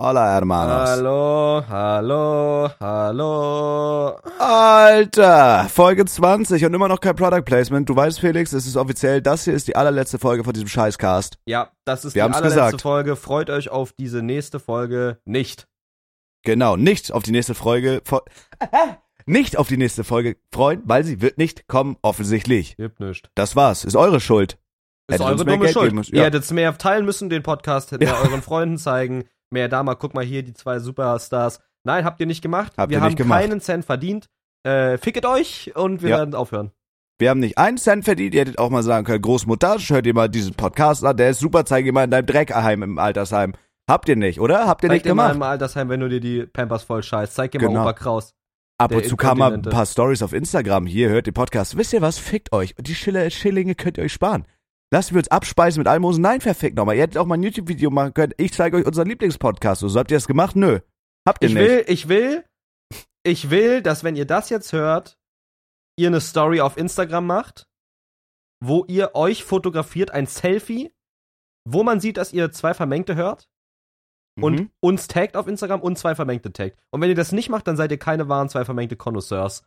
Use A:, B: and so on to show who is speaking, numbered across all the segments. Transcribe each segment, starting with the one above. A: Hola, hermanos.
B: Hallo, hallo, hallo.
A: Alter, Folge 20 und immer noch kein Product Placement. Du weißt, Felix, es ist offiziell, das hier ist die allerletzte Folge von diesem Scheißcast.
B: Ja, das ist
A: Wir
B: die
A: haben's
B: allerletzte
A: gesagt.
B: Folge. Freut euch auf diese nächste Folge nicht.
A: Genau, nicht auf die nächste Folge. Fo nicht auf die nächste Folge freuen, weil sie wird nicht kommen, offensichtlich.
B: Hilft nicht.
A: Das war's, ist eure Schuld.
B: Ist
A: Hättet
B: eure
A: uns mehr
B: dumme
A: Geld
B: Schuld.
A: geben müssen,
B: Ihr
A: ja.
B: hättet mehr teilen müssen, den Podcast, hättet ihr euren Freunden zeigen. Mehr da mal, guck mal hier, die zwei Superstars. Nein, habt ihr nicht gemacht.
A: Habt
B: wir
A: ihr
B: haben
A: nicht gemacht.
B: keinen Cent verdient. Äh, ficket euch und wir
A: Ja.
B: werden aufhören.
A: Wir haben nicht einen Cent verdient, ihr hättet auch mal sagen können, Großmutter, hört ihr mal diesen Podcast an, der ist super, zeig ihr mal in deinem Dreckheim im Altersheim. Habt ihr nicht, oder? Habt ihr
B: Zeig
A: nicht
B: dir mal
A: gemacht?
B: im Altersheim, wenn du dir die Pampers voll scheißt. Zeig dir mal
A: Genau.
B: Opa Kraus.
A: Ab und
B: der
A: zu kamen mal ein
B: Inkontinente.
A: paar Stories auf Instagram. Hier, hört den Podcast. Wisst ihr was? Fickt euch. Die Schiller Schillinge könnt ihr euch sparen. Lassen wir uns abspeisen mit Almosen. Nein, verfickt nochmal. Ihr hättet auch mal ein YouTube-Video machen können. Ich zeige euch unseren Lieblingspodcast. So, habt ihr das gemacht? Nö. Habt ihr
B: Ich
A: nicht.
B: will, ich will, ich will, dass wenn ihr das jetzt hört, ihr eine Story auf Instagram macht, wo ihr euch fotografiert, ein Selfie, wo man sieht, dass ihr zwei Vermengte hört und
A: Mhm.
B: uns taggt auf Instagram und zwei Vermengte taggt. Und wenn ihr das nicht macht, dann seid ihr keine wahren zwei Vermengte Connoisseurs.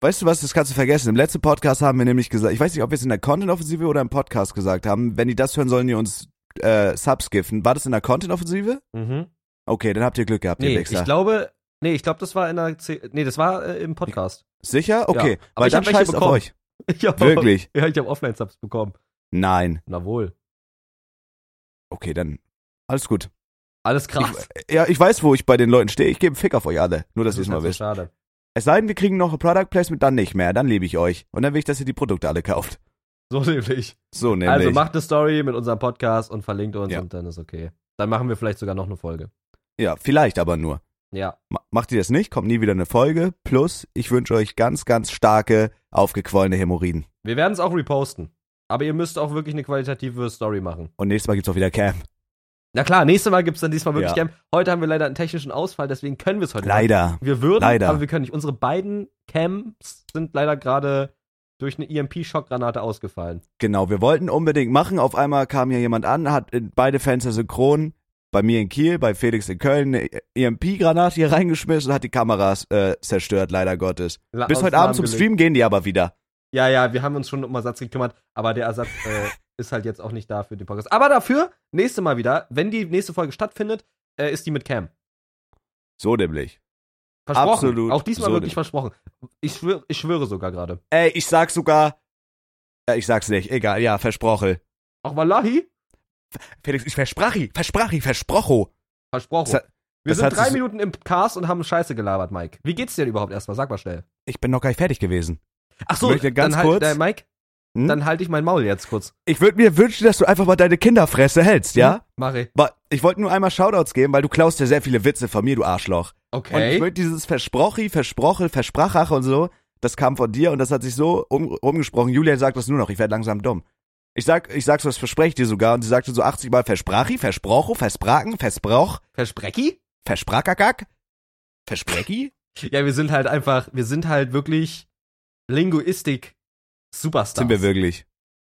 A: Weißt du was, das kannst du vergessen. Im letzten Podcast haben wir nämlich gesagt, ich weiß nicht, ob wir es in der Content-Offensive oder im Podcast gesagt haben, wenn die das hören, sollen die uns äh, Subs giften. War das in der Content-Offensive?
B: Mhm.
A: Okay, dann habt ihr Glück gehabt,
B: Nee,
A: ihr
B: ich
A: Wichser.
B: glaube, nee, ich glaube, das war in der, C nee, das war äh, im Podcast.
A: Sicher?
B: Ja,
A: Okay.
B: aber
A: Weil
B: ich hab
A: dann
B: welche
A: scheißt auf
B: bekommen.
A: euch.
B: Ich hab,
A: Wirklich?
B: Ja, ich habe Offline-Subs bekommen.
A: Nein.
B: Na wohl.
A: Okay, dann alles gut.
B: Alles krass.
A: Ja, ich weiß, wo ich bei den Leuten stehe. Ich gebe einen Fick auf euch alle. Nur, dass ihr es
B: ist
A: mal
B: halt so
A: wisst.
B: schade.
A: Es sei denn, wir kriegen noch ein Product Placement, dann nicht mehr. Dann liebe ich euch. Und dann will ich, dass ihr die Produkte alle kauft.
B: So nämlich.
A: So nämlich.
B: Also macht eine Story mit unserem Podcast und verlinkt uns
A: Ja.
B: und dann ist okay. Dann machen wir vielleicht sogar noch eine Folge.
A: ja, vielleicht aber nur.
B: Ja.
A: Ma- Macht ihr das nicht, kommt nie wieder eine Folge. Plus, ich wünsche euch ganz, ganz starke, aufgequollene Hämorrhoiden.
B: Wir werden es auch reposten. Aber ihr müsst auch wirklich eine qualitative Story machen.
A: Und nächstes Mal gibt's auch wieder Cam.
B: Na klar, nächstes Mal gibt's dann diesmal wirklich
A: Ja.
B: Camp. Heute haben wir leider einen technischen Ausfall, deswegen können wir es heute nicht.
A: Leider.
B: Wir würden,
A: Leider.
B: aber wir können nicht. Unsere beiden Camps sind leider gerade durch eine EMP-Schockgranate ausgefallen.
A: Genau, wir wollten unbedingt machen. Auf einmal kam hier jemand an, hat in beide Fenster synchron bei mir in Kiel, bei Felix in Köln eine EMP-Granate hier reingeschmissen und hat die Kameras äh, zerstört, leider Gottes.
B: La-
A: Bis
B: uns
A: heute Abend zum
B: lahmgelegt.
A: Stream gehen die aber wieder.
B: Ja, ja, wir haben uns schon um Ersatz gekümmert, aber der Ersatz äh, ist halt jetzt auch nicht da für den Podcast. Aber dafür, nächste Mal wieder, wenn die nächste Folge stattfindet, äh, ist die mit Cam.
A: So nämlich.
B: Versprochen.
A: Absolut.
B: Auch diesmal
A: So
B: wirklich
A: denn.
B: versprochen. Ich, schwör, ich schwöre sogar gerade.
A: Ey, ich sag sogar. Äh, ich sag's nicht, egal, ja, versprochen.
B: Auch Wallahi?
A: Felix, ich versprachi, versprachi, versprocho.
B: Versprochen.
A: Das hat-
B: Wir
A: das
B: sind
A: hat
B: drei
A: sich-
B: Minuten im Cast und haben Scheiße gelabert, Mike. Wie geht's dir denn überhaupt erstmal? Sag mal schnell.
A: Ich bin noch gar nicht fertig gewesen.
B: Ach so,
A: Ich möchte ganz
B: dann
A: kurz-
B: Halt, äh, Mike,
A: Hm?
B: dann halte ich mein Maul jetzt kurz.
A: ich würde mir wünschen, dass du einfach mal deine Kinderfresse hältst, ja?
B: Hm? Mach ich.
A: Aber ich wollte nur einmal Shoutouts geben, weil du klaust ja sehr viele Witze von mir, du Arschloch. Und ich
B: Okay.
A: würde dieses Versprochi, Versproche, Versprachache und so, das kam von dir und das hat sich so um, umgesprochen. Julian sagt das nur noch, ich werde langsam dumm. Ich sag, ich sag's, was verspreche ich dir sogar und sie sagte so 80 Mal Versprachi, Versprocho, Verspraken, Versbrauch,
B: Versprecki?
A: Versprackerkack, Versprecki.
B: Ja, wir sind halt einfach, wir sind halt wirklich Linguistik Superstars.
A: Sind wir wirklich.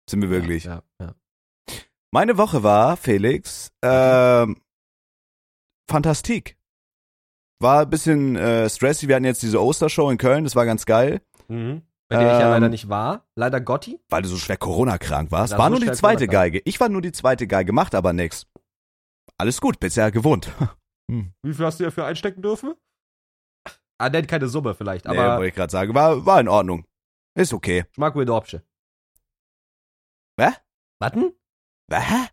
A: Sind wir wirklich.
B: Ja, ja, ja.
A: Meine Woche war, Felix, ähm, Fantastik. War ein bisschen äh, stressig. Wir hatten jetzt diese Ostershow in Köln, das war ganz geil,
B: Mhm. Bei der ich ja
A: Ähm,
B: leider nicht war. Leider Gotti.
A: weil du so schwer Corona-krank warst.
B: Ja,
A: war
B: so
A: nur die
B: schwer
A: zweite
B: Corona-krank.
A: Geige. Ich war nur die zweite Geige, macht aber nix. Alles gut, bisher gewohnt.
B: Wie viel hast du dafür einstecken dürfen? Ah, nennt keine Summe vielleicht,
A: nee,
B: aber
A: wollte ich gerade sagen. War, war in Ordnung. Ist okay.
B: Schmack with Option.
A: Hä?
B: Warten?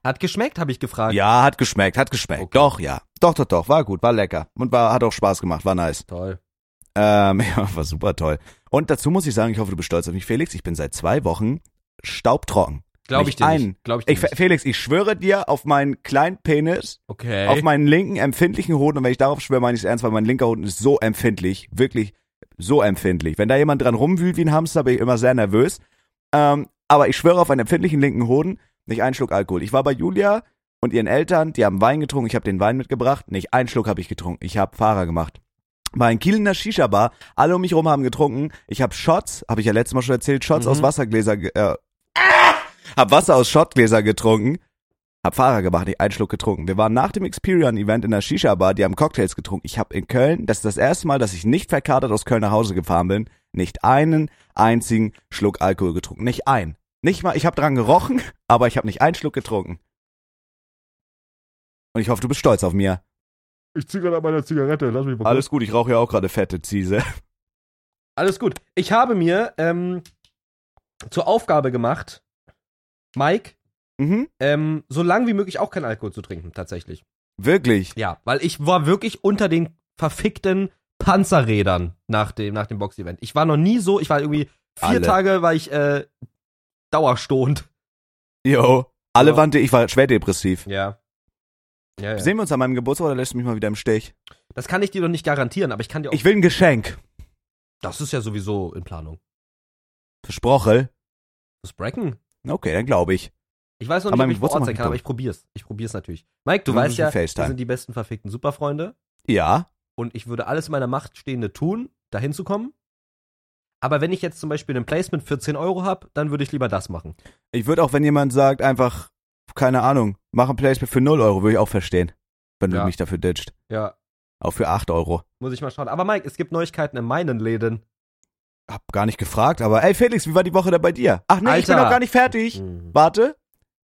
B: Hat geschmeckt, habe ich gefragt.
A: Ja, hat geschmeckt, hat geschmeckt.
B: Okay.
A: Doch, ja. Doch, doch, doch. War gut, war lecker. Und war, hat auch Spaß gemacht, war nice.
B: Toll.
A: Ähm, ja, war super toll. Und dazu muss ich sagen, ich hoffe, du bist stolz auf mich, Felix. Ich bin seit zwei Wochen staubtrocken.
B: Glaube ich
A: Nicht
B: dir
A: ein.
B: nicht. Glaube ich dir
A: Ich, Fe-
B: nicht.
A: Felix, ich schwöre dir auf meinen kleinen Penis,
B: Okay.
A: auf meinen linken empfindlichen Hoden. Und wenn ich darauf schwöre, meine ich es ernst, weil mein linker Hoden ist so empfindlich, wirklich so empfindlich. Wenn da jemand dran rumwühlt wie ein Hamster, bin ich immer sehr nervös. Ähm, aber ich schwöre auf einen empfindlichen linken Hoden, nicht einen Schluck Alkohol. Ich war bei Julia und ihren Eltern, die haben Wein getrunken, ich habe den Wein mitgebracht, nicht einen Schluck habe ich getrunken, ich habe Fahrer gemacht. War in Kiel in der Shisha-Bar, alle um mich rum haben getrunken, ich habe Shots, habe ich ja letztes Mal schon erzählt, Shots
B: Mhm.
A: ah! aus Wassergläser, ge- äh, hab Wasser aus Shotgläser getrunken. Hab Fahrer gemacht, ich einen Schluck getrunken. Wir waren nach dem Experion-Event in der Shisha-Bar, die haben Cocktails getrunken. Ich habe in Köln, das ist das erste Mal, dass ich nicht verkatert aus Köln nach Hause gefahren bin, nicht einen einzigen Schluck Alkohol getrunken. Nicht ein. Nicht mal, ich habe dran gerochen, aber ich habe nicht einen Schluck getrunken. Und ich hoffe, du bist stolz auf mir.
C: Ich ziehe gerade an meiner Zigarette, lass mich mal
A: Alles gut, ich rauche ja auch gerade fette Ziese.
B: Alles gut. Ich habe mir ähm, zur Aufgabe gemacht, Mike,
A: Mhm.
B: ähm, so lang wie möglich auch keinen Alkohol zu trinken, tatsächlich.
A: Wirklich.
B: Ja, weil ich war wirklich unter den verfickten Panzerrädern nach dem, nach dem Boxevent. Ich war noch nie so, ich war irgendwie vier
A: Alle.
B: Tage, war ich äh, dauerstohend.
A: Jo. Alle
B: Ja.
A: Wandte, ich war schwer depressiv.
B: Ja. Ja, ja.
A: Sehen wir uns an meinem Geburtstag oder lässt du mich mal wieder im Stich?
B: Das kann ich dir doch nicht garantieren, aber ich kann dir auch.
A: Ich will ein Geschenk.
B: das ist ja sowieso in Planung.
A: Versprochen.
B: Das Bracken?
A: Okay, dann glaube ich.
B: Ich weiß noch
A: Aber
B: nicht, ob
A: mein
B: ich vor Ort
A: Geburtstag mach
B: sein
A: ich
B: kann, aber
A: doch.
B: ich probier's. Ich probier's natürlich. Mike, du
A: Wir
B: weißt
A: müssen
B: ja, wir
A: FaceTime.
B: sind die besten verfickten Superfreunde
A: Ja.
B: und ich würde alles in meiner Macht Stehende tun, dahin zu kommen. Aber wenn ich jetzt zum Beispiel ein Placement für 10 Euro habe, dann würde ich lieber das machen.
A: Ich würde auch, wenn jemand sagt, einfach, keine Ahnung, mach ein Placement für 0 Euro, würde ich auch verstehen. Wenn
B: Ja.
A: du mich dafür ditcht.
B: Ja,
A: Auch für 8 Euro.
B: muss ich mal schauen. Aber Mike, es gibt Neuigkeiten in meinen Läden.
A: Hab gar nicht gefragt, aber ey Felix, wie war die Woche da bei dir? Ach nee, ich bin
B: Alter. Mhm.
A: noch gar nicht fertig. Warte.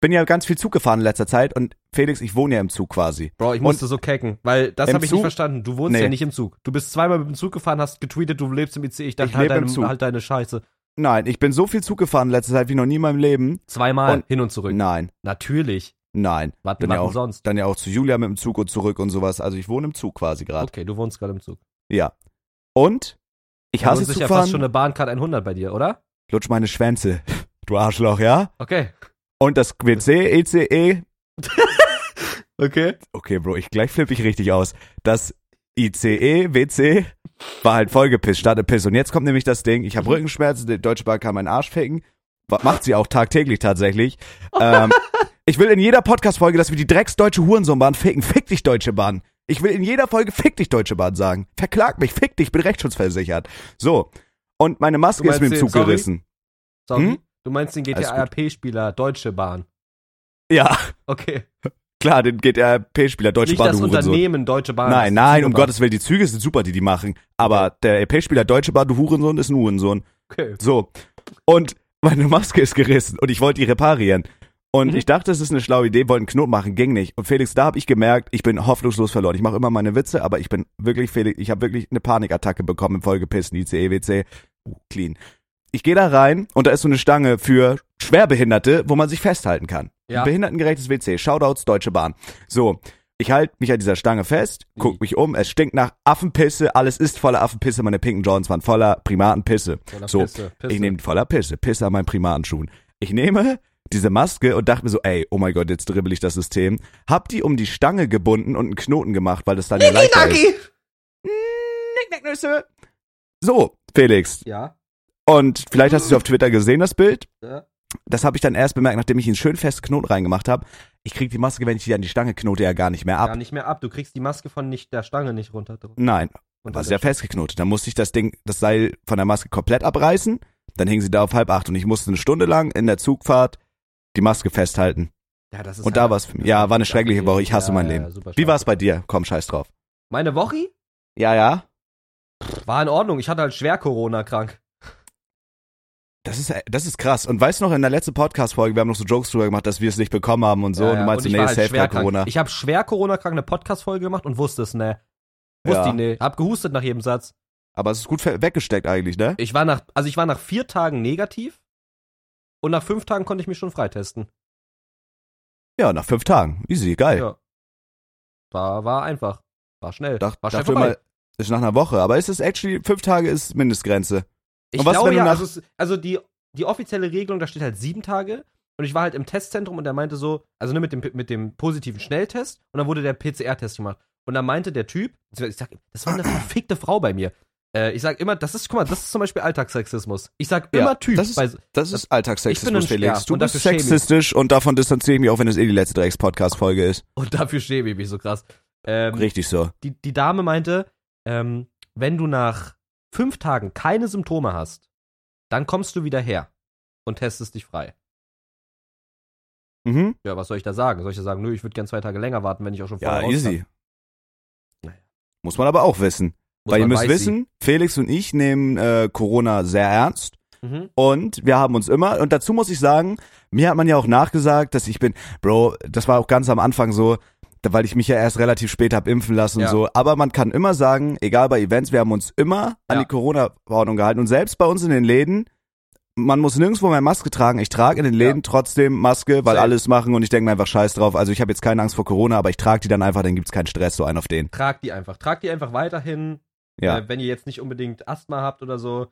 A: Bin ja ganz viel Zug gefahren in letzter Zeit und Felix, ich wohne ja im Zug quasi.
B: Bro, ich
A: Und-
B: musste so kecken, weil das
A: Im
B: habe ich
A: Zug?
B: nicht verstanden. Du wohnst
A: Nee.
B: ja nicht im Zug. Du bist zweimal mit dem Zug gefahren, hast getweetet, du lebst im ICE. Ich dachte,
A: Ich
B: halt,
A: lebe im
B: deine,
A: Zug.
B: halt deine Scheiße.
A: Nein, ich bin so viel Zug gefahren in letzter Zeit wie noch nie in meinem Leben.
B: Zweimal
A: Und-
B: hin und zurück.
A: Nein,
B: Natürlich.
A: nein.
B: Was
A: Bin
B: machen
A: ja auch-
B: sonst?
A: Dann ja auch zu Julia mit dem Zug und zurück und sowas. Also ich wohne im Zug quasi gerade.
B: Okay, du wohnst gerade im Zug.
A: Ja. Und? Ich
B: Oh. Da
A: hasse
B: lohnt sich ja fast schon
A: Zugfahren.
B: eine Bahncard 100 bei dir, oder?
A: Lutsch meine Schwänze. Du Arschloch, ja?
B: Okay.
A: Und das E WC, ECE.
B: Okay.
A: Okay, Bro, ich gleich flippe ich richtig aus. Das ICE, WC war halt vollgepisst, startet Piss. Und jetzt kommt nämlich das Ding,
B: Mhm.
A: ich habe Rückenschmerzen, die Deutsche Bahn kann meinen Arsch ficken. Wa- Macht sie auch tagtäglich tatsächlich. ähm, ich will in jeder Podcast-Folge, dass wir die drecksdeutsche Hurensohnbahn ficken. Fick dich, Deutsche Bahn. Ich will in jeder Folge Fick dich, Deutsche Bahn sagen. Verklag mich, fick dich, bin rechtsschutzversichert. So. Und meine Maske
B: Du
A: ist
B: meinst
A: mit dem
B: den
A: Zug
B: Sorry?
A: gerissen.
B: Sorry.
A: Hm?
B: Du meinst den
A: Alles gut.
B: GTA-RP-Spieler Deutsche Bahn.
A: Ja,
B: Okay.
A: klar, den GTRP-Spieler Deutsche
B: Nicht
A: Bahn,
B: das
A: du Hurensohn.
B: Unternehmen Deutsche Bahn. das
A: Nein,
B: ist
A: nein,
B: Deutsche
A: um
B: Bahn.
A: Gottes Willen, die Züge sind super, die die machen. Aber der EP-Spieler Deutsche Bahn, du Hurensohn, ist ein Hurensohn.
B: Okay.
A: So. Und meine Maske ist gerissen und ich wollte die reparieren. Und
B: Mhm.
A: ich dachte, das ist eine schlaue Idee, wollte einen Knoten machen, ging nicht. Und Felix, da habe ich gemerkt, ich bin hoffnungslos verloren. Ich mache immer meine Witze, aber ich bin wirklich, Felix, ich habe wirklich eine Panikattacke bekommen im vollgepissten ICE-WC. Uh, clean. Ich gehe da rein und da ist so eine Stange für Schwerbehinderte, wo man sich festhalten kann.
B: Ja.
A: Ein Behindertengerechtes WC. Shoutouts Deutsche Bahn. So, ich halte mich an dieser Stange fest, guck mich um, es stinkt nach Affenpisse, alles ist voller Affenpisse, meine pinken Jordans waren voller Primatenpisse.
B: Voller
A: so,
B: Pisse, Pisse.
A: ich nehme voller Pisse, Pisse an meinen Primatenschuhen. Ich nehme diese Maske und dachte mir so, ey, oh mein Gott, jetzt dribbel ich das System. Hab die um die Stange gebunden und einen Knoten gemacht, weil das dann ja leichter ist.
B: Nagi!
A: Nicknacknüsse. So, Felix.
B: Ja. äh,
A: Und vielleicht hast du es auf Twitter gesehen, das Bild.
B: ja.
A: Das habe ich dann erst bemerkt, nachdem ich einen schön festen Knoten reingemacht habe. Ich krieg die Maske, wenn ich die an die Stange knote, ja gar nicht mehr ab.
B: Gar nicht mehr ab. Du kriegst die Maske von nicht der Stange nicht runter.
A: Nein,
B: Und
A: war sehr festgeknotet. Dann musste ich das Ding, das Seil von der Maske komplett abreißen. Dann hing sie da auf halb acht und ich musste eine Stunde lang in der Zugfahrt die Maske festhalten.
B: ja, das ist halt
A: Und da war's für mich. Ja, war eine schreckliche Woche. Ich hasse
B: Ja,
A: mein
B: ja,
A: Leben.
B: super
A: Wie
B: schade.
A: war's bei dir? Komm, scheiß drauf.
B: Meine Woche?
A: Ja, ja.
B: War in Ordnung. Ich hatte halt schwer Corona krank.
A: Das ist, das ist krass. Und weißt du noch, in der letzten Podcast-Folge, wir haben noch so Jokes drüber gemacht, dass wir es nicht bekommen haben und so.
B: Ja,
A: und
B: ja.
A: du meinst,
B: ich
A: nee,
B: war halt
A: safe
B: schwer
A: war
B: krank.
A: Corona.
B: Ich habe schwer Corona krank eine Podcast-Folge gemacht und wusste es, ne. Wusste
A: Ja.
B: ich, ne. Hab gehustet nach jedem Satz.
A: Aber es ist gut ver- weggesteckt eigentlich, ne?
B: Ich war nach, also ich war nach vier Tagen negativ und nach fünf Tagen konnte ich mich schon freitesten.
A: Ja, nach fünf Tagen. Easy, geil.
B: Ja. War, war einfach. War schnell.
A: Dach,
B: war schnell
A: dachte
B: vorbei.
A: mal, ist nach einer Woche. Aber ist es actually, fünf Tage ist Mindestgrenze.
B: ich
A: und was,
B: glaube
A: wenn du
B: ja,
A: nach-
B: also, es, also die, die offizielle Regelung, da steht halt sieben Tage. Und ich war halt im Testzentrum und er meinte so, also ne, mit dem, mit dem positiven Schnelltest und dann wurde der PCR-Test gemacht. Und dann meinte der Typ, ich sag, das war eine verfickte Frau bei mir. Äh, ich sag immer, das ist, guck mal, das ist zum Beispiel Alltagssexismus. Ich sag
A: Ja,
B: immer Typ.
A: das ist-
B: bei,
A: Das ist Alltagssexismus,
B: ich bin ein-
A: Felix.
B: ja,
A: du
B: und
A: bist
B: dafür schäme ich mich.
A: sexistisch und davon distanziere ich mich auch, wenn es eh die letzte Drecks-Podcast-Folge ist.
B: und dafür schäme ich mich so krass. Ähm,
A: Richtig so.
B: die, die Dame meinte, ähm, wenn du nach fünf Tagen keine Symptome hast, dann kommst du wieder her und testest dich frei.
A: Mhm.
B: Ja, was soll ich da sagen? Soll ich da sagen, nö, ich würde gern zwei Tage länger warten, wenn ich auch schon
A: Ja,
B: vorher raus
A: easy.
B: Naja.
A: Muss man aber auch wissen.
B: kann? Muss
A: weil ihr
B: man
A: müsst
B: weiß
A: wissen, Felix und ich nehmen äh, Corona sehr ernst.
B: sie. Mhm.
A: Und wir haben uns immer, und dazu muss ich sagen, mir hat man ja auch nachgesagt, dass ich bin, Bro, das war auch ganz am Anfang so, da- weil ich mich ja erst relativ spät hab impfen lassen
B: Ja.
A: und so. Aber man kann immer sagen, egal bei Events, wir haben uns immer an
B: Ja.
A: die Corona-Verordnung gehalten. Und selbst bei uns in den Läden, man muss nirgendwo mehr Maske tragen. Ich trage in den Läden trotzdem Maske, weil
B: Safe.
A: alles machen und ich denke mir einfach scheiß drauf. Also ich habe jetzt keine Angst vor Corona, aber ich trage die dann einfach, dann gibt's keinen Stress, so einen auf den.
B: Trag die einfach. Trag die einfach weiterhin.
A: Ja.
B: Äh, wenn ihr jetzt nicht unbedingt Asthma habt oder so.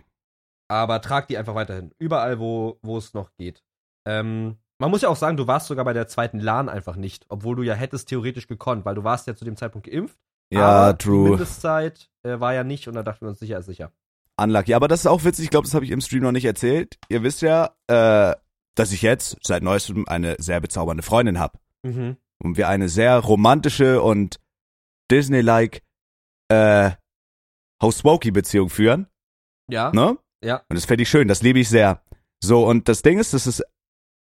B: Aber trag die einfach weiterhin. Überall, wo wo es noch geht. Ähm, man muss ja auch sagen, du warst sogar bei der zweiten LAN einfach nicht, obwohl du ja hättest theoretisch gekonnt, weil du warst ja zu dem Zeitpunkt geimpft.
A: Ja,
B: aber Die
A: true.
B: Mindestzeit äh, war ja nicht und da dachten wir uns sicher ist sicher.
A: Unlucky. Aber das ist auch witzig, ich glaube, das habe ich im Stream noch nicht erzählt. Ihr wisst ja, äh, dass ich jetzt seit neuestem eine sehr bezaubernde Freundin habe.
B: Mhm.
A: Und wir eine sehr romantische und Disney-like äh, Housewokey-Beziehung führen.
B: Ja.
A: Ne?
B: Ja.
A: Und das fände ich schön, das liebe ich sehr. So, und das Ding ist, das ist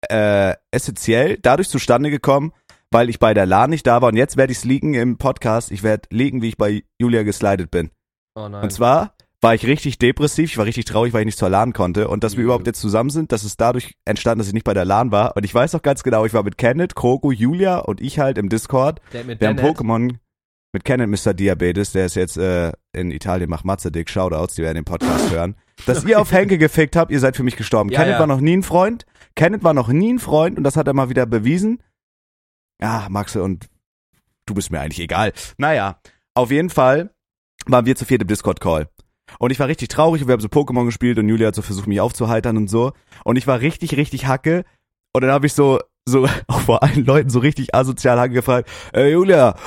A: äh, essentiell dadurch zustande gekommen, weil ich bei der LAN nicht da war. Und jetzt werde ich es liegen im Podcast. Ich werde liegen, wie ich bei Julia geslidet bin.
B: Oh nein.
A: Und zwar war ich richtig depressiv, ich war richtig traurig, weil ich nicht zur LAN konnte. Und dass wir
B: Mhm.
A: überhaupt jetzt zusammen sind, das ist dadurch entstanden, dass ich nicht bei der LAN war. Und ich weiß auch ganz genau, ich war mit Kenneth, Kroko, Julia und ich halt im Discord.
B: der mit
A: Wir haben
B: Bennett.
A: Pokémon mit Kenneth Mr. Diabetes, der ist jetzt äh, in Italien, macht Matze dick, Shoutouts, die werden den Podcast hören. Dass ihr auf Henke gefickt habt, ihr seid für mich gestorben.
B: Ja,
A: Kenneth
B: ja.
A: war noch nie ein Freund. Kenneth war noch nie ein Freund und das hat er mal wieder bewiesen. Ah, Maxe und du bist mir eigentlich egal. Naja, auf jeden Fall waren wir zu viert im Discord-Call. Und ich war richtig traurig und wir haben so Pokémon gespielt und Julia hat so versucht, mich aufzuheitern und so. Und ich war richtig, richtig hacke. Und dann habe ich so, so auch vor allen Leuten so richtig asozial hacke gefragt, äh, Julia,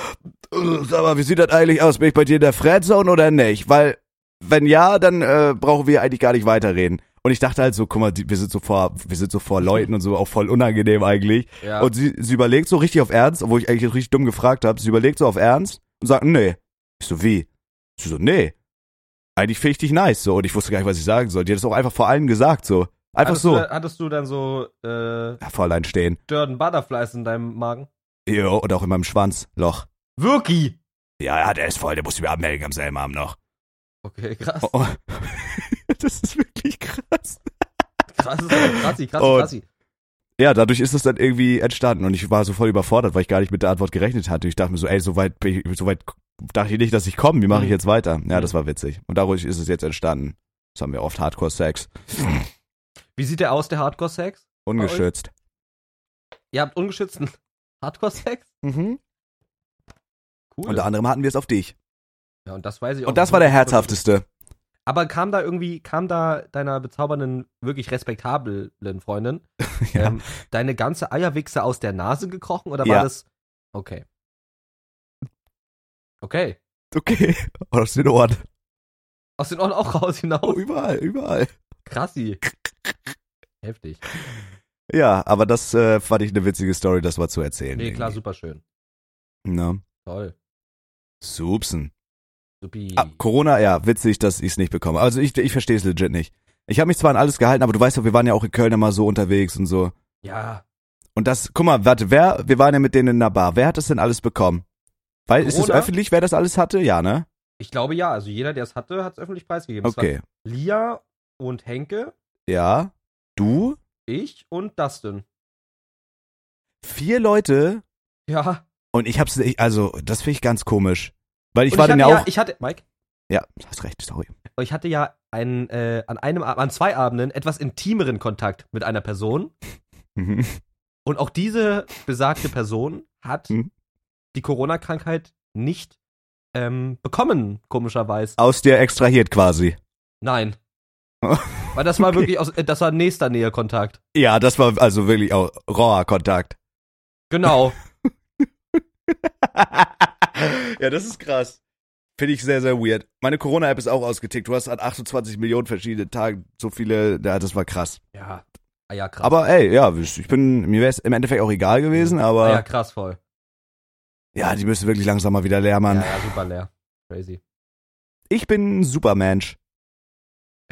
A: äh, sag mal, wie sieht das eigentlich aus? Bin ich bei dir in der Fredzone oder nicht? Weil, wenn ja, dann äh, brauchen wir eigentlich gar nicht weiterreden. Und ich dachte halt so, guck mal, die, wir sind so vor, wir sind so vor Leuten und so, auch voll unangenehm eigentlich.
B: Ja.
A: Und sie, sie überlegt so richtig auf Ernst, obwohl ich eigentlich richtig dumm gefragt habe, sie überlegt so auf Ernst und sagt, nee. Ich so, wie? Sie so, nee. Eigentlich finde ich dich nice. So, und ich wusste gar nicht, was ich sagen soll. Die hat es auch einfach vor allen gesagt, so. Einfach
B: hattest
A: so.
B: Du, hattest du dann so äh,
A: Ja, vor allein stehen.
B: Jordan Butterflies in deinem Magen?
A: Jo, und auch in meinem Schwanzloch.
B: Wirklich?
A: Ja, ja, der ist voll, der muss mir abmelden am selben Abend noch.
B: Okay, krass.
A: Oh, oh. das ist wirklich krass.
B: Krass, krassi, krassi,
A: Und-
B: krassi.
A: Ja, dadurch ist das dann irgendwie entstanden und ich war so voll überfordert, weil ich gar nicht mit der Antwort gerechnet hatte. Ich dachte mir so, ey, so weit, bin ich, so weit dachte ich nicht, dass ich komme. Wie mache ich
B: Mhm.
A: jetzt weiter? Ja,
B: Mhm.
A: das war witzig. Und dadurch ist es jetzt entstanden. Das haben wir oft Hardcore-Sex.
B: Wie sieht der aus, der Hardcore-Sex?
A: Ungeschützt.
B: Ihr habt ungeschützten Hardcore-Sex?
A: Mhm.
B: Cool.
A: Unter anderem hatten wir es auf dich.
B: ja, und das weiß ich auch.
A: Und das war der
B: nicht.
A: herzhafteste.
B: Aber kam da irgendwie, kam da deiner bezaubernden, wirklich respektablen Freundin
A: Ja.
B: ähm, deine ganze Eierwichse aus der Nase gekrochen oder
A: Ja.
B: war das. Okay. Okay.
A: Okay. Aus den Ohren.
B: Aus den Ohren auch raus
A: Oh,
B: hinaus.
A: überall, überall.
B: Krassi. Heftig.
A: Ja, aber das äh, fand ich eine witzige Story, das war zu erzählen.
B: Nee, klar,
A: irgendwie. Ne?
B: super schön.
A: Na?
B: Toll.
A: Supsen.
B: Supi.
A: Ah, Corona, ja, witzig, dass ich es nicht bekomme. Also ich, ich verstehe es legit nicht. Ich habe mich zwar an alles gehalten, aber du weißt doch, wir waren ja auch in Köln immer so unterwegs und so.
B: ja.
A: Und das, guck mal, warte, wer, wir waren ja mit denen in einer Bar. Wer hat das denn alles bekommen? Weil, ist es
B: Corona?
A: öffentlich, wer das alles hatte? Ja, ne?
B: Ich glaube ja. Also jeder, der es hatte, hat es öffentlich preisgegeben. Es war
A: Okay.
B: Lia und Henke,
A: Ja. Du?
B: ich und Dustin.
A: Vier Leute?
B: Ja.
A: Und ich hab's, ich, also, das finde ich ganz komisch. Weil ich
B: Und
A: war dann ja
B: hatte
A: auch.
B: Ich hatte, Mike,
A: ja, du hast recht, sorry.
B: ich hatte ja einen, äh, an einem, Ab- an zwei Abenden etwas intimeren Kontakt mit einer Person.
A: Mhm.
B: Und auch diese besagte Person hat
A: Hm.
B: die Corona-Krankheit nicht ähm, bekommen, komischerweise.
A: Aus dir extrahiert quasi.
B: Nein.
A: Oh,
B: Weil das war
A: okay.
B: wirklich aus, äh, das war nächster Nähe Kontakt.
A: Ja, das war also wirklich auch roher Kontakt.
B: Genau.
A: ja, das ist krass. Finde ich sehr, sehr weird. Meine Corona-App ist auch ausgetickt. Du hast an 28 Millionen verschiedene Tagen so viele. Ja, das war krass.
B: ja. Ah ja, krass.
A: Aber ey, ja, ich bin, mir wäre es im Endeffekt auch egal gewesen,
B: ah ja,
A: aber
B: krass voll.
A: ja, die müssen wirklich langsam mal wieder leer,
B: Ja,
A: Mann.
B: ja, super leer. Crazy.
A: Ich bin ein Supermensch.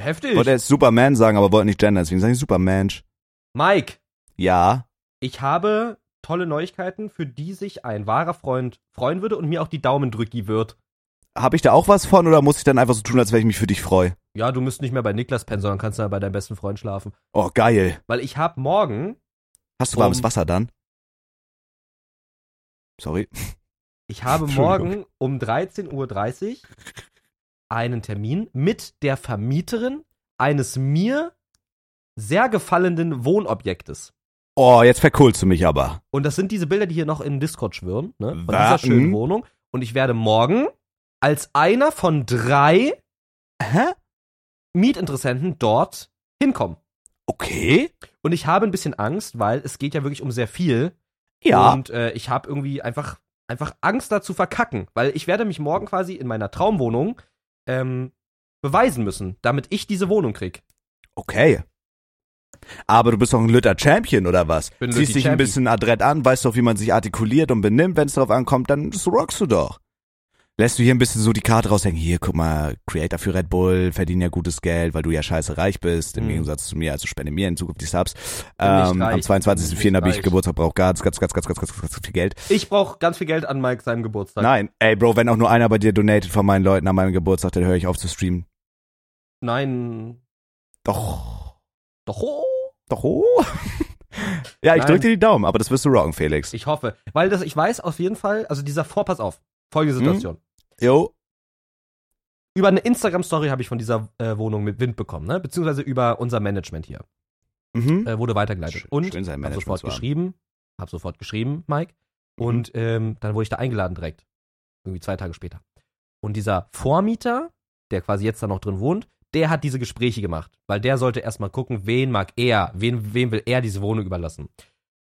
B: Heftig.
A: Wollte erst Superman sagen, aber wollte nicht Gender, deswegen sage ich Supermensch.
B: Mike,
A: Ja.
B: Ich habe tolle Neuigkeiten, für die sich ein wahrer Freund freuen würde und mir auch die Daumen drücki wird.
A: Habe ich da auch was von oder muss ich dann einfach so tun, als wenn ich mich für dich freue?
B: Ja, du müsst nicht mehr bei Niklas pennen, sondern kannst dann bei deinem besten Freund schlafen.
A: Oh, geil.
B: Weil ich habe morgen,
A: Hast du
B: Um-
A: warmes Wasser dann? Sorry.
B: ich habe
A: Entschuldigung.
B: morgen um 13.30 Uhr einen Termin mit der Vermieterin eines mir sehr gefallenden Wohnobjektes.
A: Oh, jetzt verkohlst du mich aber.
B: Und das sind diese Bilder, die hier noch in Discord schwirren, ne? Von dieser
A: Wa-
B: schönen
A: mhm.
B: Wohnung. Und ich werde morgen als einer von drei
A: Hä?
B: Mietinteressenten dort hinkommen.
A: Okay.
B: Und ich habe ein bisschen Angst, weil es geht ja wirklich um sehr viel.
A: Ja.
B: Und äh, ich habe irgendwie einfach, einfach Angst da zu verkacken, weil ich werde mich morgen quasi in meiner Traumwohnung ähm, beweisen müssen, damit ich diese Wohnung krieg.
A: Okay. Aber du bist doch ein Lütter Champion, oder was?
B: bin Lütti
A: Ziehst dich ein
B: Champion.
A: bisschen adrett an, weißt doch, wie man sich artikuliert und benimmt, wenn es drauf ankommt, dann das rockst du doch. Lässt du hier ein bisschen so die Karte raushängen, hier, guck mal, Creator für Red Bull, verdienen ja gutes Geld, weil du ja scheiße reich bist, im
B: Mhm.
A: Gegensatz zu mir, also spende mir in Zukunft die Subs.
B: Bin nicht
A: Ähm,
B: reich,
A: am
B: bin
A: 22.04.
B: nicht
A: habe ich
B: reich.
A: Geburtstag, brauch ganz, ganz, ganz, ganz, ganz, ganz, ganz viel Geld.
B: Ich brauche ganz viel Geld an Mike seinem Geburtstag.
A: Nein, ey Bro, wenn auch nur einer bei dir donatet von meinen Leuten an meinem Geburtstag, dann höre ich auf zu streamen.
B: Nein.
A: Doch.
B: Doch. oh.
A: Doch. oh. ja, ich
B: Nein.
A: drücke dir die Daumen, aber das wirst du rocken, Felix.
B: Ich hoffe. Weil das, ich weiß auf jeden Fall, also dieser Vorpass auf. Folgende Situation.
A: Jo.
B: Über eine Instagram-Story habe ich von dieser äh, Wohnung mit Wind bekommen, ne? Beziehungsweise über unser Management hier.
A: Mhm.
B: Äh, wurde weitergeleitet.
A: Sch-
B: Und
A: schön sein
B: hab
A: Management
B: sofort
A: zu haben.
B: geschrieben. Hab sofort geschrieben, Mike.
A: Mhm.
B: Und ähm, dann wurde ich da eingeladen direkt. Irgendwie zwei Tage später. Und dieser Vormieter, der quasi jetzt da noch drin wohnt, der hat diese Gespräche gemacht. Weil der sollte erstmal gucken, wen mag er, wen, wem will er diese Wohnung überlassen.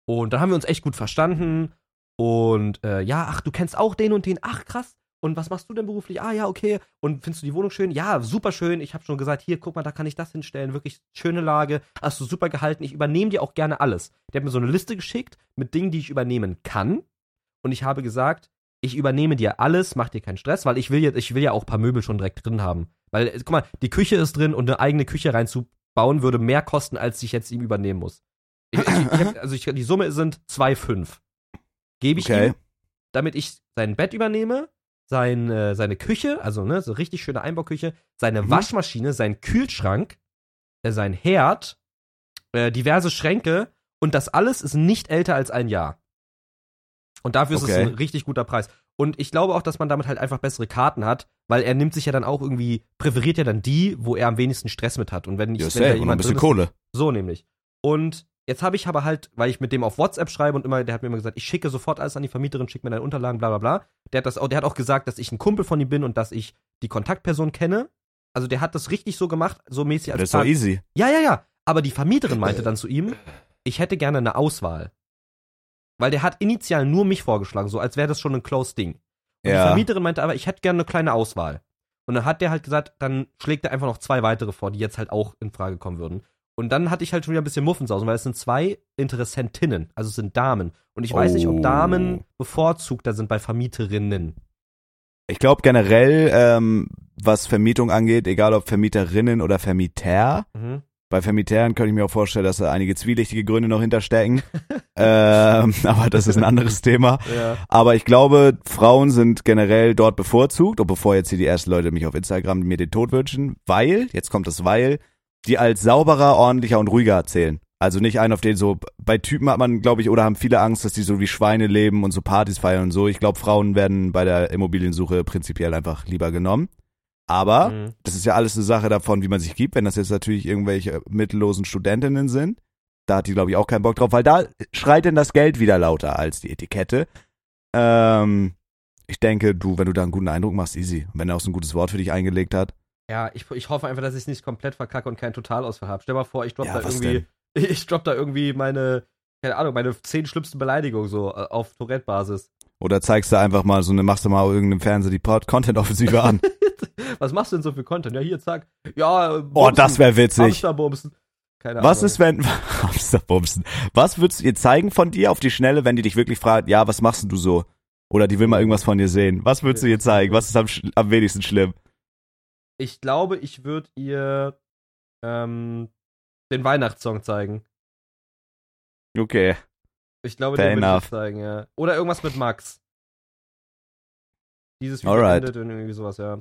B: Und dann haben wir uns echt gut verstanden. Und äh, ja, ach, du kennst auch den und den. Ach, krass. Und was machst du denn beruflich? Ah, ja, okay. Und findest du die Wohnung schön? Ja, super schön. Ich habe schon gesagt, hier, guck mal, da kann ich das hinstellen. Wirklich schöne Lage. Hast du super gehalten. Ich übernehme dir auch gerne alles. Der hat mir so eine Liste geschickt mit Dingen, die ich übernehmen kann. Und ich habe gesagt, ich übernehme dir alles, mach dir keinen Stress, weil ich will, jetzt, ich will ja auch ein paar Möbel schon direkt drin haben. Weil, äh, guck mal, die Küche ist drin und eine eigene Küche reinzubauen würde mehr kosten, als ich jetzt ihm übernehmen muss. Ich, ich, ich hab, also ich, die Summe sind 2,5. Gebe ich
A: Okay.
B: ihm, damit ich sein Bett übernehme, sein, äh, seine Küche, also ne, so richtig schöne Einbauküche, seine
A: Mhm.
B: Waschmaschine, seinen Kühlschrank, äh, sein Herd, äh, diverse Schränke und das alles ist nicht älter als ein Jahr. Und dafür ist
A: Okay.
B: es ein richtig guter Preis. Und ich glaube auch, dass man damit halt einfach bessere Karten hat, weil er nimmt sich ja dann auch irgendwie, präferiert ja dann die, wo er am wenigsten Stress mit hat. Und wenn, ich,
A: Jo,
B: wenn da
A: safe. Und noch ein
B: jemand drin
A: bisschen
B: ist,
A: Kohle.
B: so nämlich. Und jetzt habe ich aber halt, weil ich mit dem auf WhatsApp schreibe und immer, der hat mir immer gesagt, ich schicke sofort alles an die Vermieterin, schick mir deine Unterlagen, bla bla bla. Der hat, das auch, der hat auch gesagt, dass ich ein Kumpel von ihm bin und dass ich die Kontaktperson kenne. Also der hat das richtig so gemacht, so mäßig
A: Das
B: als
A: ist doch
B: Plan.
A: easy.
B: Ja, ja, ja. Aber die Vermieterin meinte dann zu ihm, ich hätte gerne eine Auswahl. Weil der hat initial nur mich vorgeschlagen, so als wäre das schon ein closed Ding. Und die
A: Ja.
B: Vermieterin meinte aber, ich hätte gerne eine kleine Auswahl. Und dann hat der halt gesagt, dann schlägt er einfach noch zwei weitere vor, die jetzt halt auch in Frage kommen würden. Und dann hatte ich halt schon wieder ein bisschen Muffensausen, weil es sind zwei Interessentinnen, also es sind Damen. Und ich weiß nicht,
A: Oh.
B: ob Damen bevorzugter sind bei Vermieterinnen.
A: Ich glaube generell, ähm, was Vermietung angeht, egal ob Vermieterinnen oder Vermieter, bei Vermietern könnte ich mir auch vorstellen, dass da einige zwielichtige Gründe noch hinterstecken. ähm, aber das ist ein anderes Thema.
B: Ja.
A: Aber ich glaube, Frauen sind generell dort bevorzugt. Und bevor jetzt hier die ersten Leute mich auf Instagram mir den Tod wünschen, weil, jetzt kommt das Weil, die als sauberer, ordentlicher und ruhiger zählen. Also nicht einen, auf den so, bei Typen hat man, glaube ich, oder haben viele Angst, dass die so wie Schweine leben und so Partys feiern und so. Ich glaube, Frauen werden bei der Immobiliensuche prinzipiell einfach lieber genommen. Aber
B: Mhm.
A: das ist ja alles eine Sache davon, wie man sich gibt. Wenn das jetzt natürlich irgendwelche mittellosen Studentinnen sind, da hat die, glaube ich, auch keinen Bock drauf, weil da schreit denn das Geld wieder lauter als die Etikette. Ähm, ich denke, du, wenn du da einen guten Eindruck machst, easy. Und wenn er auch so ein gutes Wort für dich eingelegt hat,
B: Ja, ich, ich hoffe einfach, dass ich es nicht komplett verkacke und keinen Totalausfall habe. Stell mal vor, ich drop
A: Ja,
B: da
A: was
B: irgendwie, ich drop da irgendwie meine, keine Ahnung, meine zehn schlimmsten Beleidigungen so äh, auf Tourette-Basis.
A: oder zeigst du einfach mal so eine, machst du mal irgendeinem Fernseher die Pod- Content-Offensive an.
B: Was machst du denn so für Content? Ja, hier, zack. Ja, äh,
A: Oh,
B: Bumsen,
A: das wäre witzig.
B: Hamsterbumsen. Keine
A: Was
B: Ahnung.
A: ist, wenn, Hamsterbumsen. Was würdest du ihr zeigen von dir auf die Schnelle, wenn die dich wirklich fragt, ja, was machst denn du so? Oder die will mal irgendwas von dir sehen. Was würdest du ihr zeigen? Was ist am, sch- am wenigsten schlimm?
B: Ich glaube, ich würde ihr ähm, den Weihnachtssong zeigen.
A: Okay.
B: Ich glaube,
A: Fair
B: den würde ich
A: enough.
B: jetzt zeigen, ja. Oder irgendwas mit Max. Dieses Video
A: Alright.
B: endet und irgendwie sowas, ja.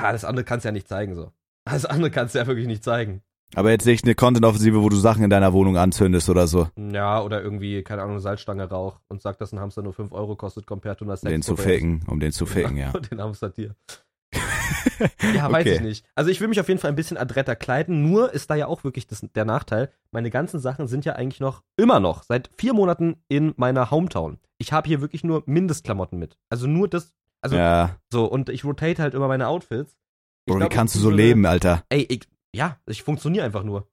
B: Ja, das andere kannst du ja nicht zeigen, so. Das andere kannst du ja wirklich nicht zeigen.
A: Aber jetzt sehe ich eine Content-Offensive, wo du Sachen in deiner Wohnung anzündest oder so.
B: Ja, oder irgendwie, keine Ahnung, Salzstange Rauch und sagt, dass ein Hamster nur 5 Euro kostet, compared to einer
A: Um den zu
B: Sexpuppe.
A: ficken, um den zu ficken, ja.
B: Und den Hamstertier. ja, weiß
A: Okay.
B: ich nicht. Also ich will mich auf jeden Fall ein bisschen adretter kleiden, nur ist da ja auch wirklich das, der Nachteil, meine ganzen Sachen sind ja eigentlich noch, immer noch, seit vier Monaten in meiner Hometown. Ich habe hier wirklich nur Mindestklamotten mit. Also nur das, also
A: ja.
B: so, und ich rotate halt immer meine Outfits. Ich
A: Bro,
B: glaub,
A: wie kannst du
B: ich
A: so
B: würde-
A: leben, Alter?
B: Ey, ich, ja, ich funktioniere einfach nur.